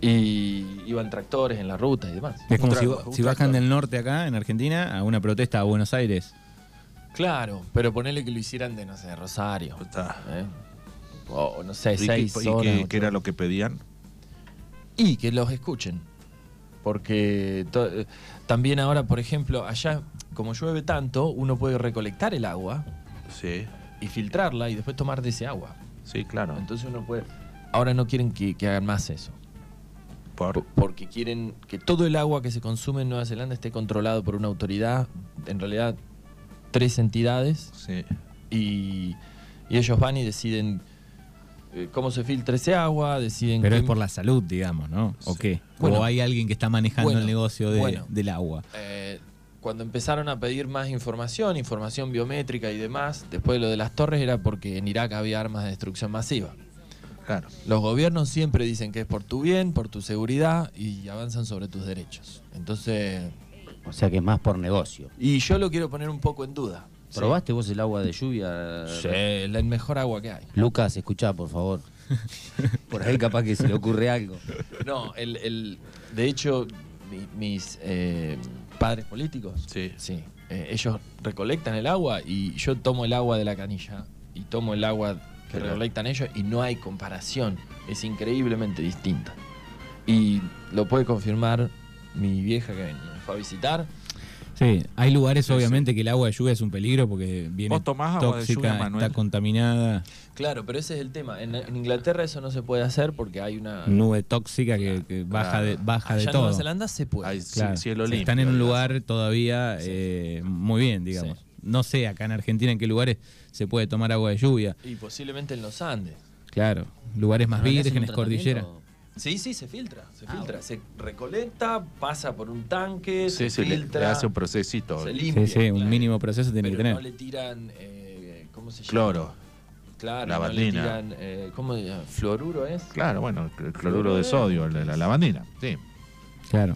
Speaker 3: Y iban tractores en la ruta y demás.
Speaker 1: Es como
Speaker 2: Un
Speaker 1: si,
Speaker 2: trago,
Speaker 1: ba-
Speaker 2: un
Speaker 1: si bajan
Speaker 2: trago.
Speaker 1: del norte acá, en Argentina, a una protesta a Buenos Aires.
Speaker 3: Claro, pero ponele que lo hicieran de, no sé, Rosario.
Speaker 2: Está.
Speaker 3: ¿eh? O o no sé,
Speaker 2: ¿Y, qué-
Speaker 3: seis
Speaker 2: y qué-
Speaker 3: horas.
Speaker 2: qué era lo que pedían?
Speaker 3: y que los escuchen. Porque to- eh, también ahora, por ejemplo, allá, como llueve tanto, uno puede recolectar el agua
Speaker 2: Sí.
Speaker 3: y filtrarla y después tomar de ese agua.
Speaker 2: Sí, claro.
Speaker 3: Entonces uno puede... Ahora no quieren que, que hagan más eso.
Speaker 2: Por-
Speaker 3: Por- Porque quieren que todo el agua que se consume en Nueva Zelanda esté controlado por una autoridad, en realidad tres entidades,
Speaker 2: sí.
Speaker 3: y, y ellos van y deciden eh, cómo se filtra ese agua, deciden...
Speaker 1: Pero
Speaker 3: qué-
Speaker 1: es por la salud, digamos, ¿no? ¿O
Speaker 2: Sí.
Speaker 1: qué?
Speaker 3: Bueno.
Speaker 1: o hay alguien que está manejando
Speaker 3: Bueno,
Speaker 1: el negocio de-
Speaker 3: bueno.
Speaker 1: del agua.
Speaker 3: eh, cuando empezaron a pedir más información, información biométrica y demás, después de lo de las torres era porque en Irak había armas de destrucción masiva.
Speaker 2: Claro.
Speaker 3: Los gobiernos siempre dicen que es por tu bien, por tu seguridad y avanzan sobre tus derechos. Entonces,
Speaker 4: O sea que es más por negocio.
Speaker 3: y yo lo quiero poner un poco en duda.
Speaker 4: ¿Probaste vos el agua de lluvia?
Speaker 3: Sí, es el mejor agua que hay.
Speaker 4: Lucas, escuchá, por
Speaker 2: <laughs>
Speaker 4: favor. por ahí capaz que se le ocurre algo.
Speaker 3: No, el, el- de hecho, mi- mis eh, padres políticos,
Speaker 2: Sí.
Speaker 3: eh, ellos recolectan el agua y yo tomo el agua de la canilla y tomo el agua que
Speaker 2: Claro.
Speaker 3: recolectan ellos y no hay comparación. Es increíblemente distinta. Y lo puede confirmar mi vieja que me fue a visitar.
Speaker 1: Sí, hay lugares
Speaker 2: Sí,
Speaker 1: obviamente que el agua de lluvia es un peligro porque viene
Speaker 2: ¿Vos tomás agua de
Speaker 1: tóxica,
Speaker 2: lluvia, Manuel?
Speaker 1: está contaminada,
Speaker 3: Claro, pero ese es el tema. En, en Inglaterra eso no se puede hacer porque hay
Speaker 2: Ah.
Speaker 3: una...
Speaker 1: nube tóxica que, que baja de, baja
Speaker 3: Allá
Speaker 1: de
Speaker 3: en
Speaker 1: todo.
Speaker 3: Nueva Zelanda se puede.
Speaker 2: Hay
Speaker 1: Claro.
Speaker 2: cielo
Speaker 1: Sí,
Speaker 2: limpio.
Speaker 1: Están en un
Speaker 2: digamos.
Speaker 1: lugar todavía eh, muy bien, digamos.
Speaker 3: Sí.
Speaker 1: No sé acá en Argentina en qué lugares se puede tomar agua de lluvia.
Speaker 3: Y posiblemente en los Andes.
Speaker 1: Claro, lugares más
Speaker 4: Pero le hacen
Speaker 1: vírgenes,
Speaker 4: un
Speaker 1: cordillera.
Speaker 4: tratamiento.
Speaker 3: Sí, sí, se filtra, se
Speaker 4: Ah,
Speaker 3: filtra,
Speaker 4: bueno.
Speaker 3: se recolecta, pasa por un tanque,
Speaker 2: Sí,
Speaker 3: se
Speaker 2: sí, le,
Speaker 3: filtra,
Speaker 2: le hace un procesito.
Speaker 3: se
Speaker 1: Sí,
Speaker 3: limpia.
Speaker 1: sí, un
Speaker 3: claro.
Speaker 1: mínimo proceso tiene
Speaker 3: Pero
Speaker 1: que tener.
Speaker 3: no le tiran, eh, ¿cómo se llama?
Speaker 2: Cloro.
Speaker 3: claro,
Speaker 2: lavandina.
Speaker 3: No le tiran, eh, ¿cómo se llama? Fluoruro es.
Speaker 2: Claro, bueno, el cl- cloruro de sodio, la, la lavandina. Sí.
Speaker 1: Claro.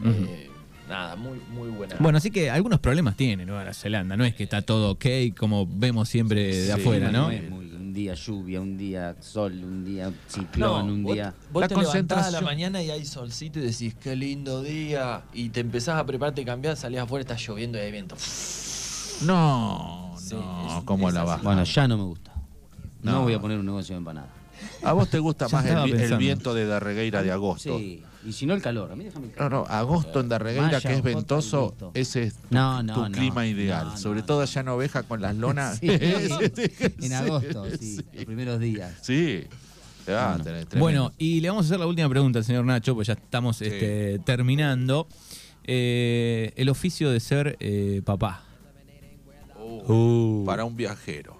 Speaker 1: Ujú.
Speaker 3: Eh, nada, muy, muy buena.
Speaker 1: Bueno, así que algunos problemas tiene Nueva Zelanda, no es que está todo ok como vemos siempre de
Speaker 3: Sí,
Speaker 1: afuera, ¿no?
Speaker 4: No es muy- un día lluvia, un día sol, un día ciclón, un
Speaker 3: vos-
Speaker 4: día.
Speaker 3: Vos,
Speaker 2: La
Speaker 3: te levantás a la
Speaker 2: concentración.
Speaker 3: mañana y hay solcito y decís, qué lindo día. Y te empezás a prepararte, cambiás, salís afuera, está lloviendo y hay viento.
Speaker 2: No,
Speaker 3: Sí,
Speaker 2: no,
Speaker 3: es-
Speaker 2: ¿cómo
Speaker 3: es
Speaker 2: la
Speaker 3: así.
Speaker 2: baja?
Speaker 4: Bueno, ya no me gusta. Ah. No,
Speaker 2: No.
Speaker 4: voy a poner un negocio de empanada.
Speaker 2: ¿A vos te gusta
Speaker 1: Ya
Speaker 2: más el,
Speaker 1: estaba
Speaker 2: vi- el
Speaker 1: pensando.
Speaker 2: viento de Darregueira de agosto?
Speaker 4: Sí, y si no el calor, a mí déjame el
Speaker 2: No,
Speaker 4: calor.
Speaker 2: no,
Speaker 4: Eh,
Speaker 2: agosto en Darregueira,
Speaker 4: Maya,
Speaker 2: que es
Speaker 4: Ojote,
Speaker 2: ventoso,
Speaker 4: listo.
Speaker 2: ese es
Speaker 4: No, no,
Speaker 2: tu
Speaker 4: no.
Speaker 2: clima ideal.
Speaker 4: No, no,
Speaker 2: Sobre
Speaker 4: no.
Speaker 2: todo allá en Oveja con las lonas.
Speaker 4: <laughs> <laughs> Sí, <laughs> en agosto, sí, los primeros días.
Speaker 2: Sí. Te va a tener tremendo.
Speaker 1: Bueno, y le vamos a hacer la última pregunta al señor Nacho, pues ya estamos
Speaker 2: Sí.
Speaker 1: este, terminando. Eh, el oficio de ser eh, papá.
Speaker 2: Uh, para un viajero.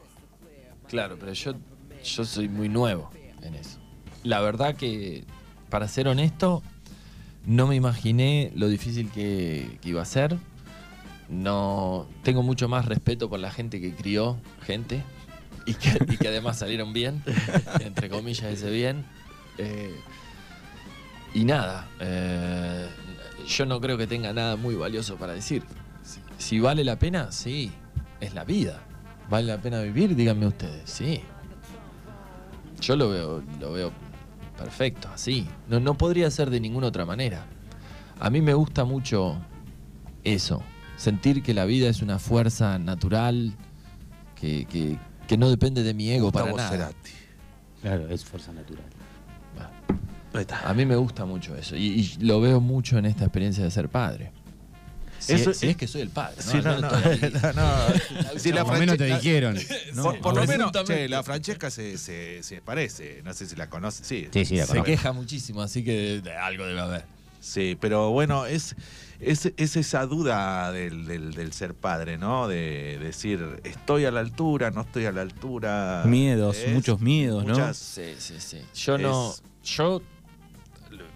Speaker 3: Claro, pero yo, yo soy muy nuevo en eso. La verdad que, para ser honesto, no me imaginé lo difícil que, que iba a ser. No, tengo mucho más respeto por la gente que crió gente y que, y que además salieron bien, entre comillas ese bien. Eh, y nada, eh, yo no creo que tenga nada muy valioso para decir. Si, si vale la pena, sí, es la vida. ¿Vale la pena vivir? Díganme ustedes, sí. Yo lo veo, lo veo perfecto, así. No, no podría ser de ninguna otra manera. A mí me gusta mucho eso, sentir que la vida es una fuerza natural, que, que- que no depende de mi ego
Speaker 2: Gustavo
Speaker 3: para nada.
Speaker 2: Cerati.
Speaker 4: Claro, es fuerza natural.
Speaker 3: A mí me gusta mucho eso y, y lo veo mucho en esta experiencia de ser padre. Si,
Speaker 2: Eso-
Speaker 3: es, si es que soy el padre. ¿no?
Speaker 2: Sí,
Speaker 3: Al
Speaker 2: no,
Speaker 3: menos
Speaker 2: no,
Speaker 3: <laughs> estoy ahí.
Speaker 2: no, no. Si la
Speaker 5: Por lo menos te
Speaker 2: Francesca- <laughs>
Speaker 5: dijeron. ¿no?
Speaker 2: Por, por lo menos,
Speaker 3: Presuntamente.
Speaker 2: che, la Francesca se, se- se parece. No sé si la conoce. Sí,
Speaker 4: Sí, sí, la
Speaker 3: Se
Speaker 4: conozco.
Speaker 3: queja muchísimo, así que de- de algo debe haber.
Speaker 2: Sí, pero bueno, es, es, es esa duda del, del- del ser padre, ¿no? De decir, estoy a la altura, no estoy a la altura.
Speaker 1: Miedos,
Speaker 2: ¿Ves?
Speaker 1: muchos miedos, ¿no?
Speaker 2: Muchas-
Speaker 3: Sí, sí, sí. Yo no.
Speaker 2: Es-
Speaker 3: Yo.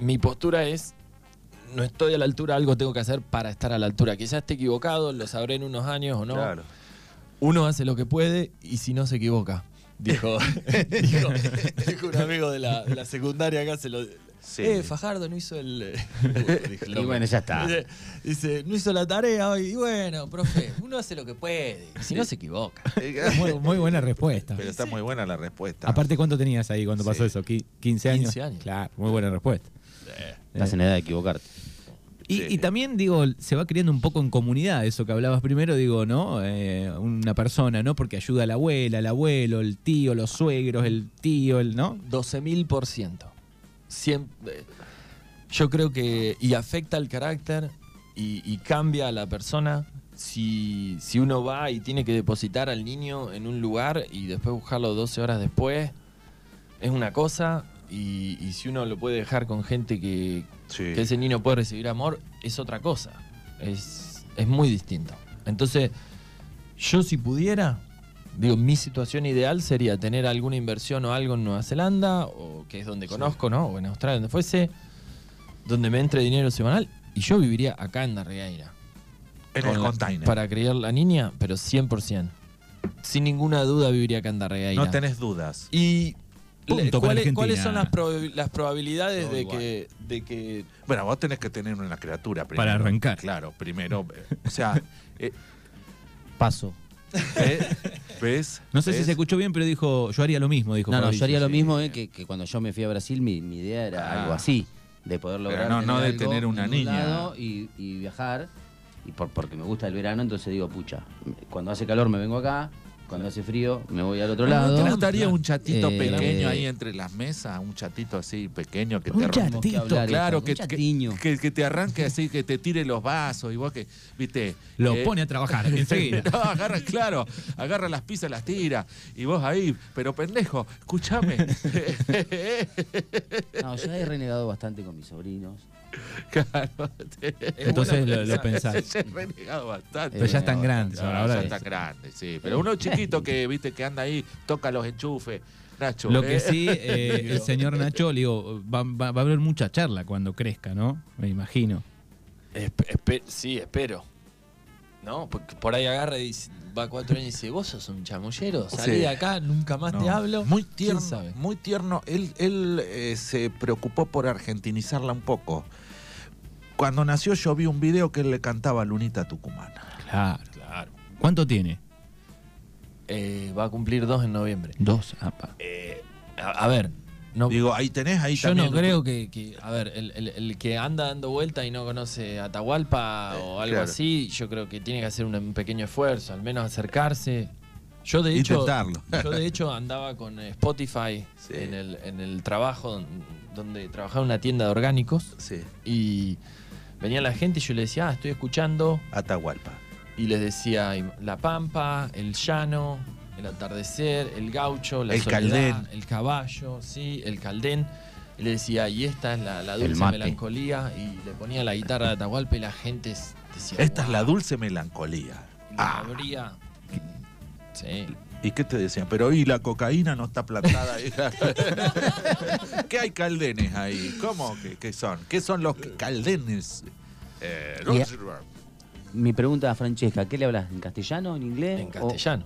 Speaker 3: Mi postura es. No estoy a la altura, algo tengo que hacer para estar a la altura. Quizás esté equivocado, lo sabré en unos años o no.
Speaker 2: Claro.
Speaker 3: Uno hace lo que puede y si no se equivoca. Dijo, <laughs> dijo, dijo un amigo de la, de la secundaria acá, se lo.
Speaker 2: Sí.
Speaker 3: Eh, Fajardo no hizo el.
Speaker 4: <laughs>
Speaker 3: <laughs> Dije,
Speaker 4: Y
Speaker 3: loco.
Speaker 4: bueno, ya está. <laughs>
Speaker 3: Dice, dice, no hizo la tarea hoy. Y bueno, profe, uno hace lo que puede. y Si no se equivoca.
Speaker 5: Muy, muy buena respuesta.
Speaker 2: Pero está muy buena la respuesta.
Speaker 1: Aparte, ¿cuánto tenías ahí cuando
Speaker 2: Sí.
Speaker 1: pasó eso? ¿Qui- ¿15 años?
Speaker 3: 15 años.
Speaker 1: Claro, muy buena respuesta. Eh,
Speaker 4: Estás en edad de equivocarte.
Speaker 1: Y,
Speaker 2: Sí.
Speaker 1: y también, digo, se va creando un poco en comunidad, eso que hablabas primero, digo, ¿no? Eh, una persona, ¿no? Porque ayuda a la abuela, el abuelo, el tío, los suegros, el tío, el, ¿no?
Speaker 3: 12.000%. Siempre, eh, yo creo que. Y afecta el carácter y, y cambia a la persona. Si, si uno va y tiene que depositar al niño en un lugar y después buscarlo 12 horas después, es una cosa. Y, y si uno lo puede dejar con gente que,
Speaker 2: Sí.
Speaker 3: que ese niño puede recibir amor, es otra cosa. Es, es muy distinto. Entonces, yo si pudiera, digo, mi situación ideal sería tener alguna inversión o algo en Nueva Zelanda, o que es donde conozco, ¿no? O en Australia, donde fuese, donde me entre dinero semanal, y yo viviría acá en Darreira.
Speaker 2: en
Speaker 3: Con
Speaker 2: el
Speaker 3: la-
Speaker 2: container.
Speaker 3: Para criar la niña, pero 100%. Sin ninguna duda viviría acá en Darreira.
Speaker 2: no tenés dudas.
Speaker 3: Y...
Speaker 1: Punto
Speaker 3: le-
Speaker 1: para
Speaker 3: ¿cuáles,
Speaker 1: Argentina.
Speaker 3: cuáles son las, probabil- las probabilidades
Speaker 2: Todo
Speaker 3: de
Speaker 2: igual.
Speaker 3: que, de que
Speaker 2: Bueno, vos tenés que tener una criatura primero.
Speaker 1: Para arrancar.
Speaker 2: Claro,
Speaker 1: <laughs>
Speaker 2: primero. eh, O sea, eh,
Speaker 4: Paso.
Speaker 2: eh, ¿ves?
Speaker 1: No sé si
Speaker 2: ¿Ves?
Speaker 1: se escuchó bien, pero dijo, yo haría lo mismo, dijo
Speaker 4: No, no,
Speaker 1: Fabricio.
Speaker 4: yo haría lo mismo eh, que, que cuando yo me fui a Brasil, mi, mi idea era
Speaker 2: Ah.
Speaker 4: algo así, de poder lograr.
Speaker 2: no- no de
Speaker 4: algo
Speaker 2: tener una
Speaker 4: en un
Speaker 2: niña.
Speaker 4: lado y, y viajar, y por, porque me gusta el verano, entonces digo, pucha, cuando hace calor me vengo acá, cuando hace frío me voy al otro
Speaker 2: Ah, ¿No
Speaker 4: lado.
Speaker 2: te gustaría un chatito
Speaker 4: Eh,
Speaker 2: pequeño ahí entre las mesas? Un chatito así pequeño que te
Speaker 1: Un
Speaker 2: arranque.
Speaker 1: chat.
Speaker 4: Tenemos que hablar,
Speaker 2: Claro,
Speaker 4: hijo,
Speaker 2: que,
Speaker 4: un chatiño.
Speaker 2: que, que- que te arranque así, que te tire los vasos y vos que, viste.
Speaker 1: Lo
Speaker 2: eh, <laughs>
Speaker 1: pone a trabajar enseguida.
Speaker 2: No, agarra, claro, agarra las pizzas, las tira, y vos ahí, pero pendejo,
Speaker 1: <laughs>
Speaker 2: escúchame.
Speaker 4: No, yo he renegado bastante con mis sobrinos.
Speaker 2: <laughs> claro, te-
Speaker 1: Entonces lo,
Speaker 3: <laughs>
Speaker 1: lo pensás.
Speaker 2: te he renegado bastante.
Speaker 1: Pero ya están grandes.
Speaker 2: No,
Speaker 1: ahora,
Speaker 2: ya
Speaker 1: ahora
Speaker 2: está grande, sí. Pero uno chiquito que, viste, que anda ahí, toca los enchufes, Nacho.
Speaker 1: Lo
Speaker 2: eh.
Speaker 1: que
Speaker 2: <laughs>
Speaker 1: sí, eh, el señor Nacho, le digo, va, va- va a haber mucha charla cuando crezca, ¿no? Me imagino.
Speaker 3: Espe- espe- sí, espero. ¿No? Porque por ahí agarra y dice- va cuatro años y dice, vos sos un chamullero, salí
Speaker 2: Sí.
Speaker 3: de acá, nunca más te
Speaker 2: No,
Speaker 3: hablo.
Speaker 2: Muy
Speaker 3: ¿Quién
Speaker 2: tierno,
Speaker 3: sabe?
Speaker 2: muy tierno. Él, él eh, se preocupó por argentinizarla un poco. Cuando nació yo vi un video que él le cantaba Lunita Tucumana.
Speaker 1: Claro.
Speaker 3: Claro.
Speaker 1: ¿Cuánto tiene?
Speaker 3: Eh, va a cumplir dos en noviembre.
Speaker 1: Dos. apa.
Speaker 3: Eh, a, a ver, no,
Speaker 2: Digo, ahí tenés, ahí
Speaker 3: yo
Speaker 2: también.
Speaker 3: no creo que, que- A ver, el, el- el que anda dando vuelta y no conoce Atahualpa o algo
Speaker 2: Eh, claro.
Speaker 3: así, yo creo que tiene que hacer un, un pequeño esfuerzo, al menos acercarse. Yo de hecho.
Speaker 2: Intentarlo.
Speaker 3: <laughs> Yo de hecho andaba con eh, Spotify
Speaker 2: Sí.
Speaker 3: en, el, en el trabajo don- donde trabajaba en una tienda de orgánicos
Speaker 2: Sí,
Speaker 3: y venía la gente y yo le decía, ah, estoy escuchando
Speaker 2: Atahualpa.
Speaker 3: y les decía y- La Pampa, El Llano, El Atardecer, El Gaucho, La
Speaker 2: El
Speaker 3: soledad,
Speaker 2: Caldén.
Speaker 3: El Caballo, sí, El Caldén. Y le decía, y esta es la, la dulce
Speaker 4: mate.
Speaker 3: melancolía y le ponía la guitarra de Atahualpa y la gente s- decía,
Speaker 2: Esta es la
Speaker 3: "Guau",
Speaker 2: dulce melancolía.
Speaker 3: y la
Speaker 2: Ah,
Speaker 3: abría. Sí.
Speaker 2: ¿y qué te decían? Pero y la cocaína no está plantada ahí. ¿Qué hay caldenes ahí? ¿Cómo que, que son? ¿Qué son los caldenes? Eh,
Speaker 4: Y- Mi pregunta a Francesca, ¿qué le hablas? ¿En castellano, en inglés?
Speaker 3: En
Speaker 4: Eh, o
Speaker 3: castellano.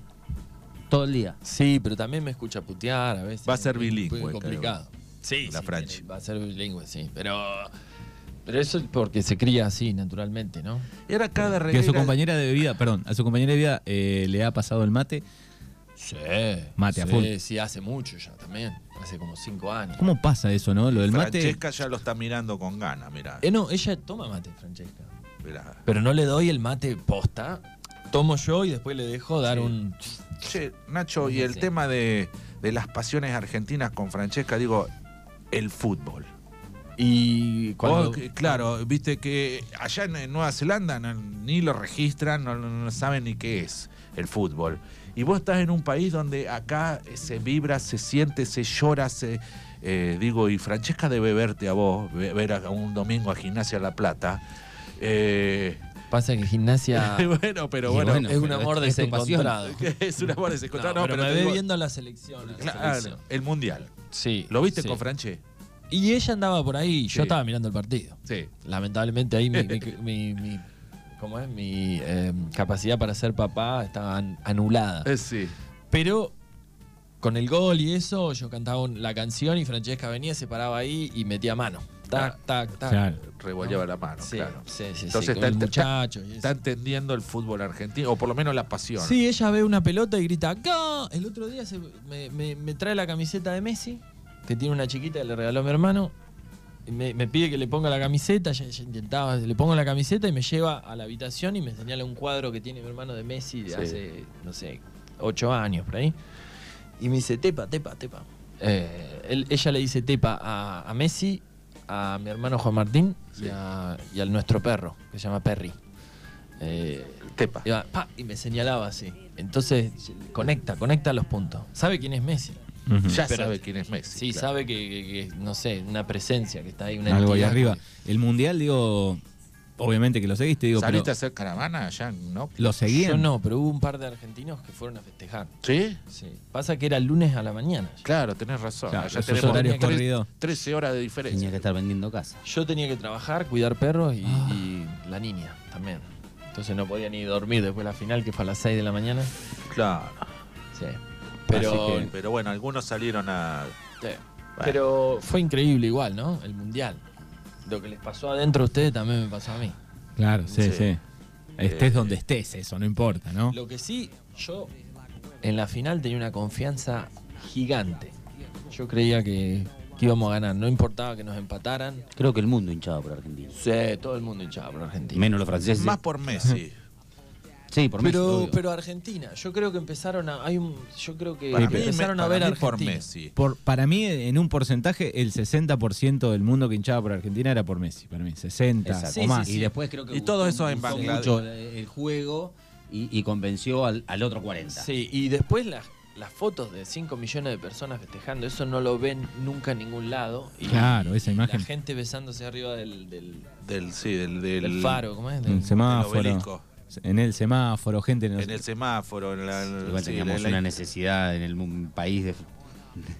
Speaker 4: Todo el día.
Speaker 3: Sí, pero también me escucha putear a veces.
Speaker 2: Va a ser
Speaker 3: Es muy- muy
Speaker 2: bilingüe,
Speaker 3: complicado. Sí,
Speaker 2: La
Speaker 3: sí,
Speaker 2: Franchi.
Speaker 3: tiene- Va a ser bilingüe, sí. Pero, pero eso es porque se cría así, naturalmente, ¿no?
Speaker 2: Era cada
Speaker 1: Que a su
Speaker 2: reguera-
Speaker 1: compañera de vida, perdón, a su compañera de vida eh, le ha pasado el mate.
Speaker 3: Sí.
Speaker 1: Mate a
Speaker 3: sí,
Speaker 1: full.
Speaker 3: Sí, hace mucho ya también. Hace como cinco años.
Speaker 1: ¿Cómo pasa eso, no? Lo del mate.
Speaker 2: Francesca ya lo está mirando con ganas, mirá.
Speaker 3: Eh, no, ella toma mate, Francesca.
Speaker 2: mirá.
Speaker 3: Pero no le doy el mate posta. Tomo yo y después le dejo dar
Speaker 2: Sí.
Speaker 3: un.
Speaker 2: Che, Nacho, y el
Speaker 3: Sí.
Speaker 2: tema de, de las pasiones argentinas con Francesca, digo, el fútbol.
Speaker 3: Y cuando.
Speaker 2: Vos, que- claro, viste que allá en, en Nueva Zelanda no- ni lo registran, no, no- no saben ni qué es el fútbol. Y vos estás en un país donde acá se vibra, se siente, se llora, se... eh, digo, y Francesca debe verte a vos, ve- ver a un domingo a Gimnasia La Plata. Eh,
Speaker 3: Pasa
Speaker 2: <laughs>
Speaker 3: que <laughs> gimnasia.
Speaker 2: bueno, pero
Speaker 4: Y
Speaker 2: bueno,
Speaker 4: bueno,
Speaker 3: es un
Speaker 4: pero
Speaker 3: amor
Speaker 4: es- es tu pasión.
Speaker 3: desencontrado.
Speaker 2: <laughs> es una buena se
Speaker 3: No, pero, me
Speaker 2: te
Speaker 3: ve
Speaker 2: digo-
Speaker 3: viendo a la selección. a la
Speaker 2: Claro,
Speaker 3: selección.
Speaker 2: el mundial.
Speaker 3: Sí.
Speaker 2: ¿Lo viste
Speaker 3: sí.
Speaker 2: con Franche?
Speaker 3: Y ella andaba por ahí y
Speaker 2: Sí.
Speaker 3: yo estaba mirando el partido.
Speaker 2: Sí.
Speaker 3: Lamentablemente ahí mi, <laughs> mi- mi- mi- ¿cómo es? mi eh, capacidad para ser papá estaba an- anulada.
Speaker 2: Eh, sí.
Speaker 3: Pero con el gol y eso, yo cantaba un- la canción y Francesca venía, se paraba ahí y metía mano. Tac, tac, tac.
Speaker 5: Claro.
Speaker 2: Reguayaba la mano,
Speaker 3: Sí,
Speaker 2: claro.
Speaker 3: sí, sí, sí,
Speaker 2: Entonces
Speaker 3: con
Speaker 2: está-
Speaker 3: el
Speaker 2: está-
Speaker 3: muchacho y eso.
Speaker 2: Está entendiendo el fútbol argentino, o por lo menos la pasión.
Speaker 3: Sí, ella ve una pelota y grita, ¡Gol! El otro día se- me, me- me trae la camiseta de Messi, que tiene una chiquita que le regaló a mi hermano. y me, me pide que le ponga la camiseta, ya, ya intentaba, le pongo la camiseta y me lleva a la habitación y me señala un cuadro que tiene mi hermano de Messi de
Speaker 4: Sí.
Speaker 3: hace, no sé, ocho años por ahí. Y me dice, Tepa, Tepa, Tepa. Eh, él- ella le dice Tepa a, a Messi, a mi hermano Juan Martín y, a, y al nuestro perro, que se llama Perry. Eh,
Speaker 2: Tepa.
Speaker 3: Iba, pa, y me señalaba así. Entonces, conecta, conecta los puntos. ¿Sabe quién es Messi?
Speaker 1: Ujú.
Speaker 2: Ya
Speaker 3: Pero-
Speaker 2: sabe quién es Messi.
Speaker 3: Sí,
Speaker 2: claro.
Speaker 3: sabe que, que- que, no sé, una presencia que está ahí, una
Speaker 1: Algo ahí
Speaker 3: entidad.
Speaker 1: arriba. El mundial, digo, obviamente que lo seguiste, digo, pero
Speaker 2: ¿Saliste a hacer caravana allá? ¿No?
Speaker 1: lo
Speaker 3: Yo
Speaker 1: seguían.
Speaker 3: no, pero hubo un par de argentinos que fueron a festejar.
Speaker 2: Sí.
Speaker 3: Sí. Pasa que era lunes a la mañana.
Speaker 2: Claro, tenés razón.
Speaker 1: Claro,
Speaker 2: allá
Speaker 1: esos
Speaker 2: tenemos
Speaker 1: horarios
Speaker 2: tres-
Speaker 1: corridos.
Speaker 2: 13 horas de
Speaker 4: Tenía
Speaker 2: diferencia.
Speaker 4: que estar vendiendo casa.
Speaker 3: Yo tenía que trabajar, cuidar perros y,
Speaker 2: Ah.
Speaker 3: y la niña también. Entonces no podía ni dormir después de la final, que fue a las 6 de la mañana.
Speaker 2: Claro.
Speaker 3: Sí. Pero,
Speaker 2: Así que- pero bueno, algunos salieron a.
Speaker 3: Sí. Pero fue increíble igual, ¿no? El mundial. Lo que les pasó adentro a ustedes también me pasó a mí.
Speaker 5: Claro,
Speaker 1: Sí,
Speaker 2: Sí.
Speaker 1: sí. Estés donde estés, eso no importa, ¿no?
Speaker 3: Lo que sí, yo en la final tenía una confianza gigante. Yo creía que, que íbamos a ganar, no importaba que nos empataran.
Speaker 4: Creo que el mundo hinchado por Argentina.
Speaker 3: Sí, todo el mundo hinchaba por Argentina.
Speaker 4: Menos los franceses.
Speaker 2: Más por Messi.
Speaker 4: Sí, por Messi,
Speaker 3: pero,
Speaker 4: obvio.
Speaker 3: pero Argentina, yo creo que empezaron a. Hay un, yo creo que
Speaker 2: Para mí,
Speaker 3: empezaron
Speaker 2: me-
Speaker 3: a ver a
Speaker 2: para mí por
Speaker 3: Argentina.
Speaker 2: Messi.
Speaker 1: Por, para mí, en un porcentaje, el 60% del mundo que hinchaba por Argentina era por Messi. Para mí, 60
Speaker 4: Exacto.
Speaker 1: o
Speaker 3: Sí,
Speaker 1: más.
Speaker 3: sí,
Speaker 4: Y después creo que
Speaker 2: Y
Speaker 4: gustó-
Speaker 2: todo eso en
Speaker 4: gustó
Speaker 2: Bangladesh.
Speaker 4: mucho el juego y, y convenció al, al otro 40.
Speaker 3: Sí, y después las, las fotos de 5 millones de personas festejando, eso no lo ven nunca en ningún lado. Y,
Speaker 1: Claro, esa
Speaker 3: y
Speaker 1: imagen.
Speaker 3: La gente besándose arriba del, del,
Speaker 2: Del, sí, del, del,
Speaker 3: del faro, ¿cómo es? Del-
Speaker 1: En el semáforo.
Speaker 2: obelisco.
Speaker 1: En el semáforo, gente. no sé-
Speaker 2: En el semáforo. En la,
Speaker 4: Igual
Speaker 2: sí,
Speaker 4: teníamos
Speaker 2: en la-
Speaker 4: una necesidad en el mu- país de,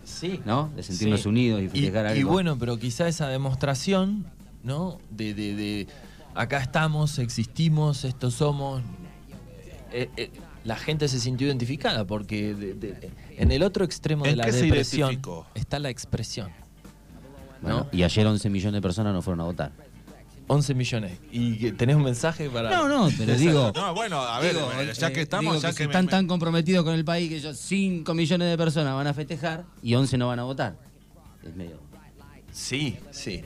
Speaker 3: Sí.
Speaker 4: ¿no? de sentirnos
Speaker 3: Sí.
Speaker 4: unidos y
Speaker 3: Y,
Speaker 4: festejar algo.
Speaker 3: y bueno, pero quizá esa demostración, ¿no? De, de, de acá estamos, existimos, estos somos. Eh, eh, la gente se sintió identificada porque de- de- en el otro extremo
Speaker 2: ¿En
Speaker 3: de la
Speaker 2: qué se
Speaker 3: depresión
Speaker 2: identificó?
Speaker 3: está la expresión.
Speaker 4: Bueno,
Speaker 3: ¿no?
Speaker 4: Y ayer 11 millones de personas no fueron a votar.
Speaker 3: 11 millones. ¿Y que tenés un mensaje para.?
Speaker 5: No, no, pero digo.
Speaker 2: No, bueno, a ver,
Speaker 4: Digo,
Speaker 2: eh, ya
Speaker 4: eh,
Speaker 2: que estamos,
Speaker 4: digo
Speaker 2: ya
Speaker 4: que
Speaker 2: que,
Speaker 4: si
Speaker 2: me-
Speaker 4: están
Speaker 2: me-
Speaker 4: tan comprometidos con el país que ellos 5 millones de personas van a festejar y 11 no van a votar. Es medio.
Speaker 3: Sí, sí.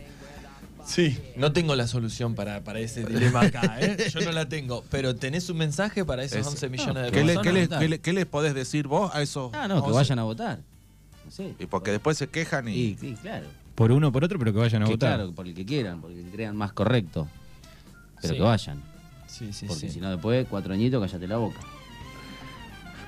Speaker 3: Sí. No tengo la solución para, para
Speaker 4: <laughs>
Speaker 3: ese dilema acá, ¿eh? Yo no la tengo. Pero tenés un mensaje para esos
Speaker 2: Es-
Speaker 3: 11 millones de
Speaker 2: ¿Qué, le-
Speaker 3: personas.
Speaker 2: qué le- qué le- qué les podés decir vos a esos?
Speaker 4: Ah, no, que
Speaker 2: 11?
Speaker 4: vayan a votar. No sé.
Speaker 2: Y porque después se quejan y.
Speaker 4: Y, sí, claro.
Speaker 1: Por uno o por otro, pero que vayan a
Speaker 4: Que
Speaker 1: votar.
Speaker 4: claro, por el que quieran, por el que crean más correcto. Pero
Speaker 3: Sí.
Speaker 4: que vayan.
Speaker 3: Sí, sí,
Speaker 4: Porque
Speaker 3: sí.
Speaker 4: si no, después, cuatro añitos, cállate la boca.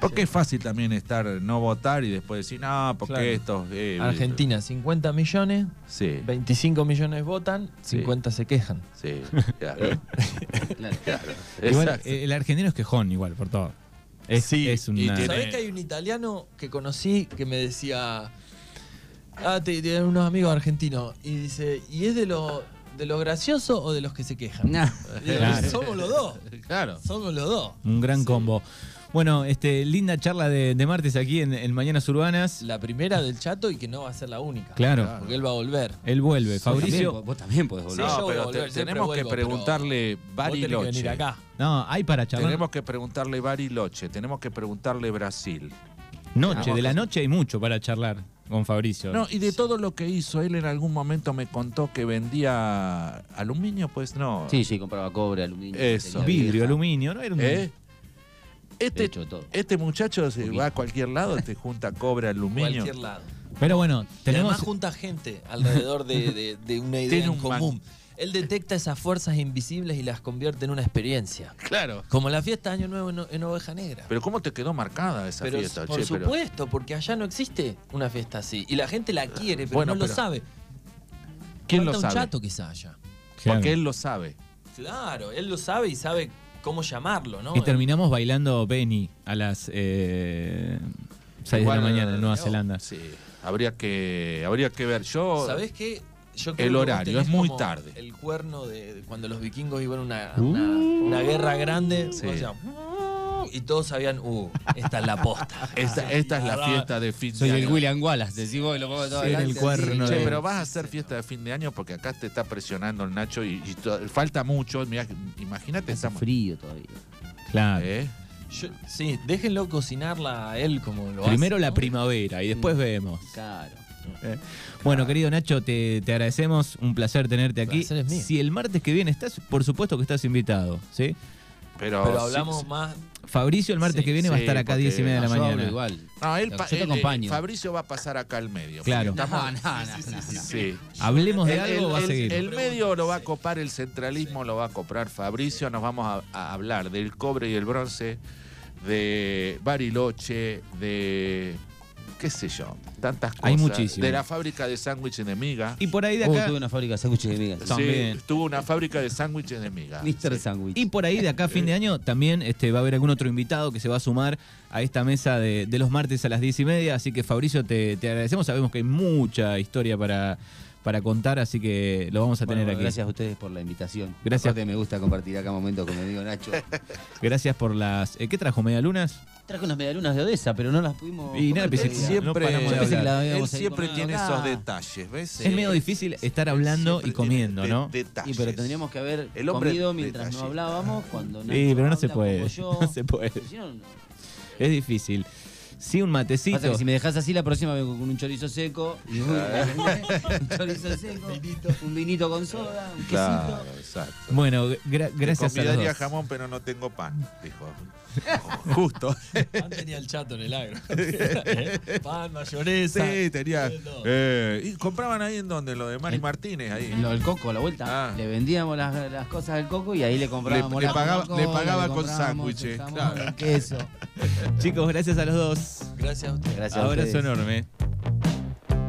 Speaker 2: Porque es fácil también estar, no votar y después decir, no, porque
Speaker 3: Claro.
Speaker 2: estos. eh,
Speaker 3: Argentina, 50 millones,
Speaker 2: Sí.
Speaker 3: 25 millones votan,
Speaker 2: Sí.
Speaker 3: 50 se quejan.
Speaker 2: Sí,
Speaker 3: <laughs>
Speaker 2: claro.
Speaker 4: <laughs> Claro.
Speaker 1: Igual,
Speaker 2: Exacto.
Speaker 1: eh, el argentino es quejón, igual, por todo. Es,
Speaker 3: Sí,
Speaker 1: es
Speaker 2: y
Speaker 1: una.
Speaker 2: tiene-
Speaker 3: ¿Sabés que hay un italiano que conocí que me decía. Ah, te- tienen unos amigos argentinos. Y dice, ¿y es de lo, de lo gracioso o de los que se quejan?
Speaker 4: Nah.
Speaker 3: Y digo,
Speaker 1: Claro.
Speaker 3: Somos los dos.
Speaker 2: Claro.
Speaker 3: Somos los dos.
Speaker 1: Un gran combo. Bueno, este, linda charla de, de martes aquí en, en Mañanas Urbanas.
Speaker 3: La primera del chato y que no va a ser la única.
Speaker 1: Claro.
Speaker 3: Porque él va a volver.
Speaker 1: Él vuelve.
Speaker 4: Vos también,
Speaker 1: Fabricio.
Speaker 4: vos también podés
Speaker 3: Sí,
Speaker 4: volver.
Speaker 2: No,
Speaker 3: yo voy a
Speaker 2: pero
Speaker 3: volver,
Speaker 2: te-
Speaker 3: siempre
Speaker 2: tenemos que
Speaker 3: vuelvo, pero
Speaker 2: preguntarle
Speaker 3: Vos tenés que venir
Speaker 2: Bariloche.
Speaker 3: acá.
Speaker 1: No, hay para charlar.
Speaker 2: Tenemos que preguntarle Bariloche, tenemos que preguntarle Brasil.
Speaker 1: Noche, de la noche hay mucho para charlar con Fabricio.
Speaker 2: No, y de todo lo que hizo, él en algún momento me contó que vendía aluminio, pues no.
Speaker 4: Sí, sí, compraba cobre, aluminio.
Speaker 2: Eso.
Speaker 4: tenía
Speaker 1: Vidrio,
Speaker 4: vieja.
Speaker 1: aluminio, ¿no? Era un-
Speaker 2: ¿Eh?
Speaker 4: De
Speaker 2: Este,
Speaker 4: hecho, todo.
Speaker 2: este muchacho se
Speaker 4: Poquito.
Speaker 2: va a cualquier lado, te junta
Speaker 3: <laughs>
Speaker 2: cobre, aluminio.
Speaker 3: Cualquier lado.
Speaker 1: Pero bueno,
Speaker 3: Y
Speaker 1: tenemos.
Speaker 3: además junta gente alrededor de, de-
Speaker 2: <laughs>
Speaker 3: de una idea
Speaker 2: Tiene
Speaker 3: en
Speaker 2: un
Speaker 3: común. Él detecta esas fuerzas invisibles y las convierte en una experiencia.
Speaker 2: Claro.
Speaker 3: Como la fiesta de Año Nuevo en, O- en Oveja Negra.
Speaker 2: Pero ¿cómo te quedó marcada esa
Speaker 3: Pero,
Speaker 2: fiesta?
Speaker 3: por
Speaker 2: che? Pero-
Speaker 3: supuesto, porque allá no existe una fiesta así. Y la gente la quiere,
Speaker 2: Eh,
Speaker 3: pero
Speaker 2: Bueno,
Speaker 3: no lo
Speaker 2: pero-
Speaker 3: sabe.
Speaker 2: ¿Quién
Speaker 3: Falta
Speaker 2: lo
Speaker 3: un
Speaker 2: sabe?
Speaker 3: chato quizá allá.
Speaker 1: Claro.
Speaker 2: Porque él lo sabe.
Speaker 3: Claro, él lo sabe y sabe cómo llamarlo, ¿no? eh.
Speaker 1: Y terminamos bailando Benny a las eh, 6 de la
Speaker 2: Igual, eh,
Speaker 1: mañana en Nueva
Speaker 3: no,
Speaker 1: Zelanda.
Speaker 2: Sí, habría que, habría que ver. Yo.
Speaker 3: ¿Sabés qué? Yo
Speaker 2: El
Speaker 3: que vos
Speaker 2: horario,
Speaker 3: tenés
Speaker 2: es muy
Speaker 3: como
Speaker 2: tarde. Uh.
Speaker 3: El cuerno de, de cuando los vikingos iban a una, una- una guerra grande. vos
Speaker 2: Sí.
Speaker 3: decías, "Uh", y todos sabían, uh, esta es la posta.
Speaker 2: <laughs> Esta, esta es la fiesta de fin
Speaker 4: Soy
Speaker 2: de
Speaker 4: el
Speaker 2: año.
Speaker 4: William Wallace, decís vos, y lo pongo todo
Speaker 1: Sí, en el
Speaker 4: adelante,
Speaker 1: cuerno
Speaker 4: así.
Speaker 2: Che,
Speaker 1: de-
Speaker 2: pero vas a hacer fiesta de fin de año porque acá te está presionando el Nacho y, y to- falta mucho. Mirá, imagínate,
Speaker 4: Hace
Speaker 2: estamos.
Speaker 4: frío todavía.
Speaker 1: Claro.
Speaker 2: ¿Eh?
Speaker 3: Yo- sí, déjenlo cocinarla a él como lo hace,
Speaker 1: Primero la
Speaker 3: ¿no?
Speaker 1: primavera y después vemos.
Speaker 4: Claro.
Speaker 1: Bueno, querido Nacho, te, te agradecemos. Un placer tenerte aquí.
Speaker 3: Placer es mío.
Speaker 1: Si el martes que viene estás, por supuesto que estás invitado. ¿sí?
Speaker 2: Pero,
Speaker 3: Pero
Speaker 2: sí,
Speaker 3: hablamos
Speaker 2: sí.
Speaker 3: más.
Speaker 1: Fabricio el martes
Speaker 3: Sí,
Speaker 1: que viene va a
Speaker 2: sí,
Speaker 1: estar acá a 10 y media de la
Speaker 4: No, yo hablo
Speaker 1: mañana.
Speaker 4: igual.
Speaker 2: No, él, pa-
Speaker 4: Yo te
Speaker 2: él- él-
Speaker 4: acompaño.
Speaker 2: Fabricio va a pasar acá al medio.
Speaker 1: Claro.
Speaker 4: No,
Speaker 2: Estamos-
Speaker 4: no, no, no, no.
Speaker 2: sí.
Speaker 1: Hablemos de
Speaker 2: El,
Speaker 1: algo,
Speaker 2: el-
Speaker 1: va a
Speaker 2: el-
Speaker 1: seguir.
Speaker 2: el medio lo va a copar el centralismo, lo va a copar Fabricio. Nos vamos a, a hablar del cobre y el bronce, de Bariloche, de qué sé yo, tantas cosas.
Speaker 1: Hay muchísimo.
Speaker 2: De la fábrica de sándwiches de miga.
Speaker 1: y por ahí de
Speaker 4: Uh,
Speaker 1: acá.
Speaker 4: tuve una fábrica de sándwiches de migas.
Speaker 1: Sí. también.
Speaker 2: tuvo una fábrica de sándwiches de miga.
Speaker 4: Mr. Sandwich.
Speaker 1: Y por ahí de acá a fin de año también este, va a haber algún otro invitado que se va a sumar a esta mesa de, de los martes a las 10 y media. Así que Fabricio, te, te agradecemos. Sabemos que hay mucha historia para, para contar, así que lo vamos a
Speaker 4: Bueno,
Speaker 1: tener aquí.
Speaker 4: Gracias a ustedes por la invitación.
Speaker 1: Gracias.
Speaker 4: Aparte me gusta compartir acá momentos con mi amigo Nacho.
Speaker 1: Gracias por las... eh, ¿Qué trajo? ¿Medialunas?
Speaker 4: <laughs> Traje unas medialunas de Odessa, pero no las pudimos.
Speaker 1: Y nada,
Speaker 4: comer
Speaker 1: pensé
Speaker 2: Él
Speaker 1: que
Speaker 4: todavía.
Speaker 1: no paramos de
Speaker 2: siempre,
Speaker 4: Yo pensé que la
Speaker 1: hablar.
Speaker 4: habíamos
Speaker 2: él
Speaker 4: ahí
Speaker 2: siempre
Speaker 4: comido
Speaker 2: tiene
Speaker 4: acá.
Speaker 2: esos detalles, ¿ves?
Speaker 1: Es medio difícil estar hablando
Speaker 2: Siempre
Speaker 1: y
Speaker 2: tiene
Speaker 1: comiendo,
Speaker 2: de-
Speaker 1: ¿no?
Speaker 2: detalles.
Speaker 4: Y pero tendríamos que haber
Speaker 2: El hombre
Speaker 4: comido mientras no
Speaker 2: detallista.
Speaker 4: hablábamos, cuando Nacho
Speaker 1: Sí, pero no se
Speaker 4: habla
Speaker 1: puede. <laughs>
Speaker 4: como yo.
Speaker 1: No se puede.
Speaker 4: Si <laughs> no, no.
Speaker 1: Es difícil. Sí, un
Speaker 4: Pasa
Speaker 1: matecito.
Speaker 4: que si me dejas así, la próxima vengo con un
Speaker 2: <laughs>
Speaker 4: chorizo seco. y un, un chorizo seco, un vinito con soda, un quesito.
Speaker 2: Claro, exacto.
Speaker 1: Bueno, gra- <laughs> gracias
Speaker 2: Te
Speaker 1: a los
Speaker 2: convidaría
Speaker 1: dos.
Speaker 2: jamón, pero no tengo pan, dijo. <laughs>
Speaker 1: <laughs>
Speaker 2: Justo.
Speaker 3: Pan tenía el chato en el agro. <laughs> ¿Eh? Pan, mayonesa.
Speaker 2: Sí, tenía.
Speaker 3: No.
Speaker 2: eh, y compraban ahí en donde, lo de Mari Martínez, ahí.
Speaker 4: En lo del coco, a la vuelta.
Speaker 2: Ah.
Speaker 4: Le vendíamos las, las cosas del coco y ahí le comprábamos
Speaker 2: Le- le
Speaker 4: la
Speaker 2: pagaba-
Speaker 4: Coca-Cola,
Speaker 2: le pagaba con
Speaker 4: comprábamos
Speaker 2: sándwiches,
Speaker 4: el jamón,
Speaker 2: claro.
Speaker 4: el queso.
Speaker 1: Chicos, gracias a los dos.
Speaker 3: Gracias a ustedes.
Speaker 4: Gracias a
Speaker 1: Abrazo
Speaker 4: ustedes.
Speaker 1: enorme.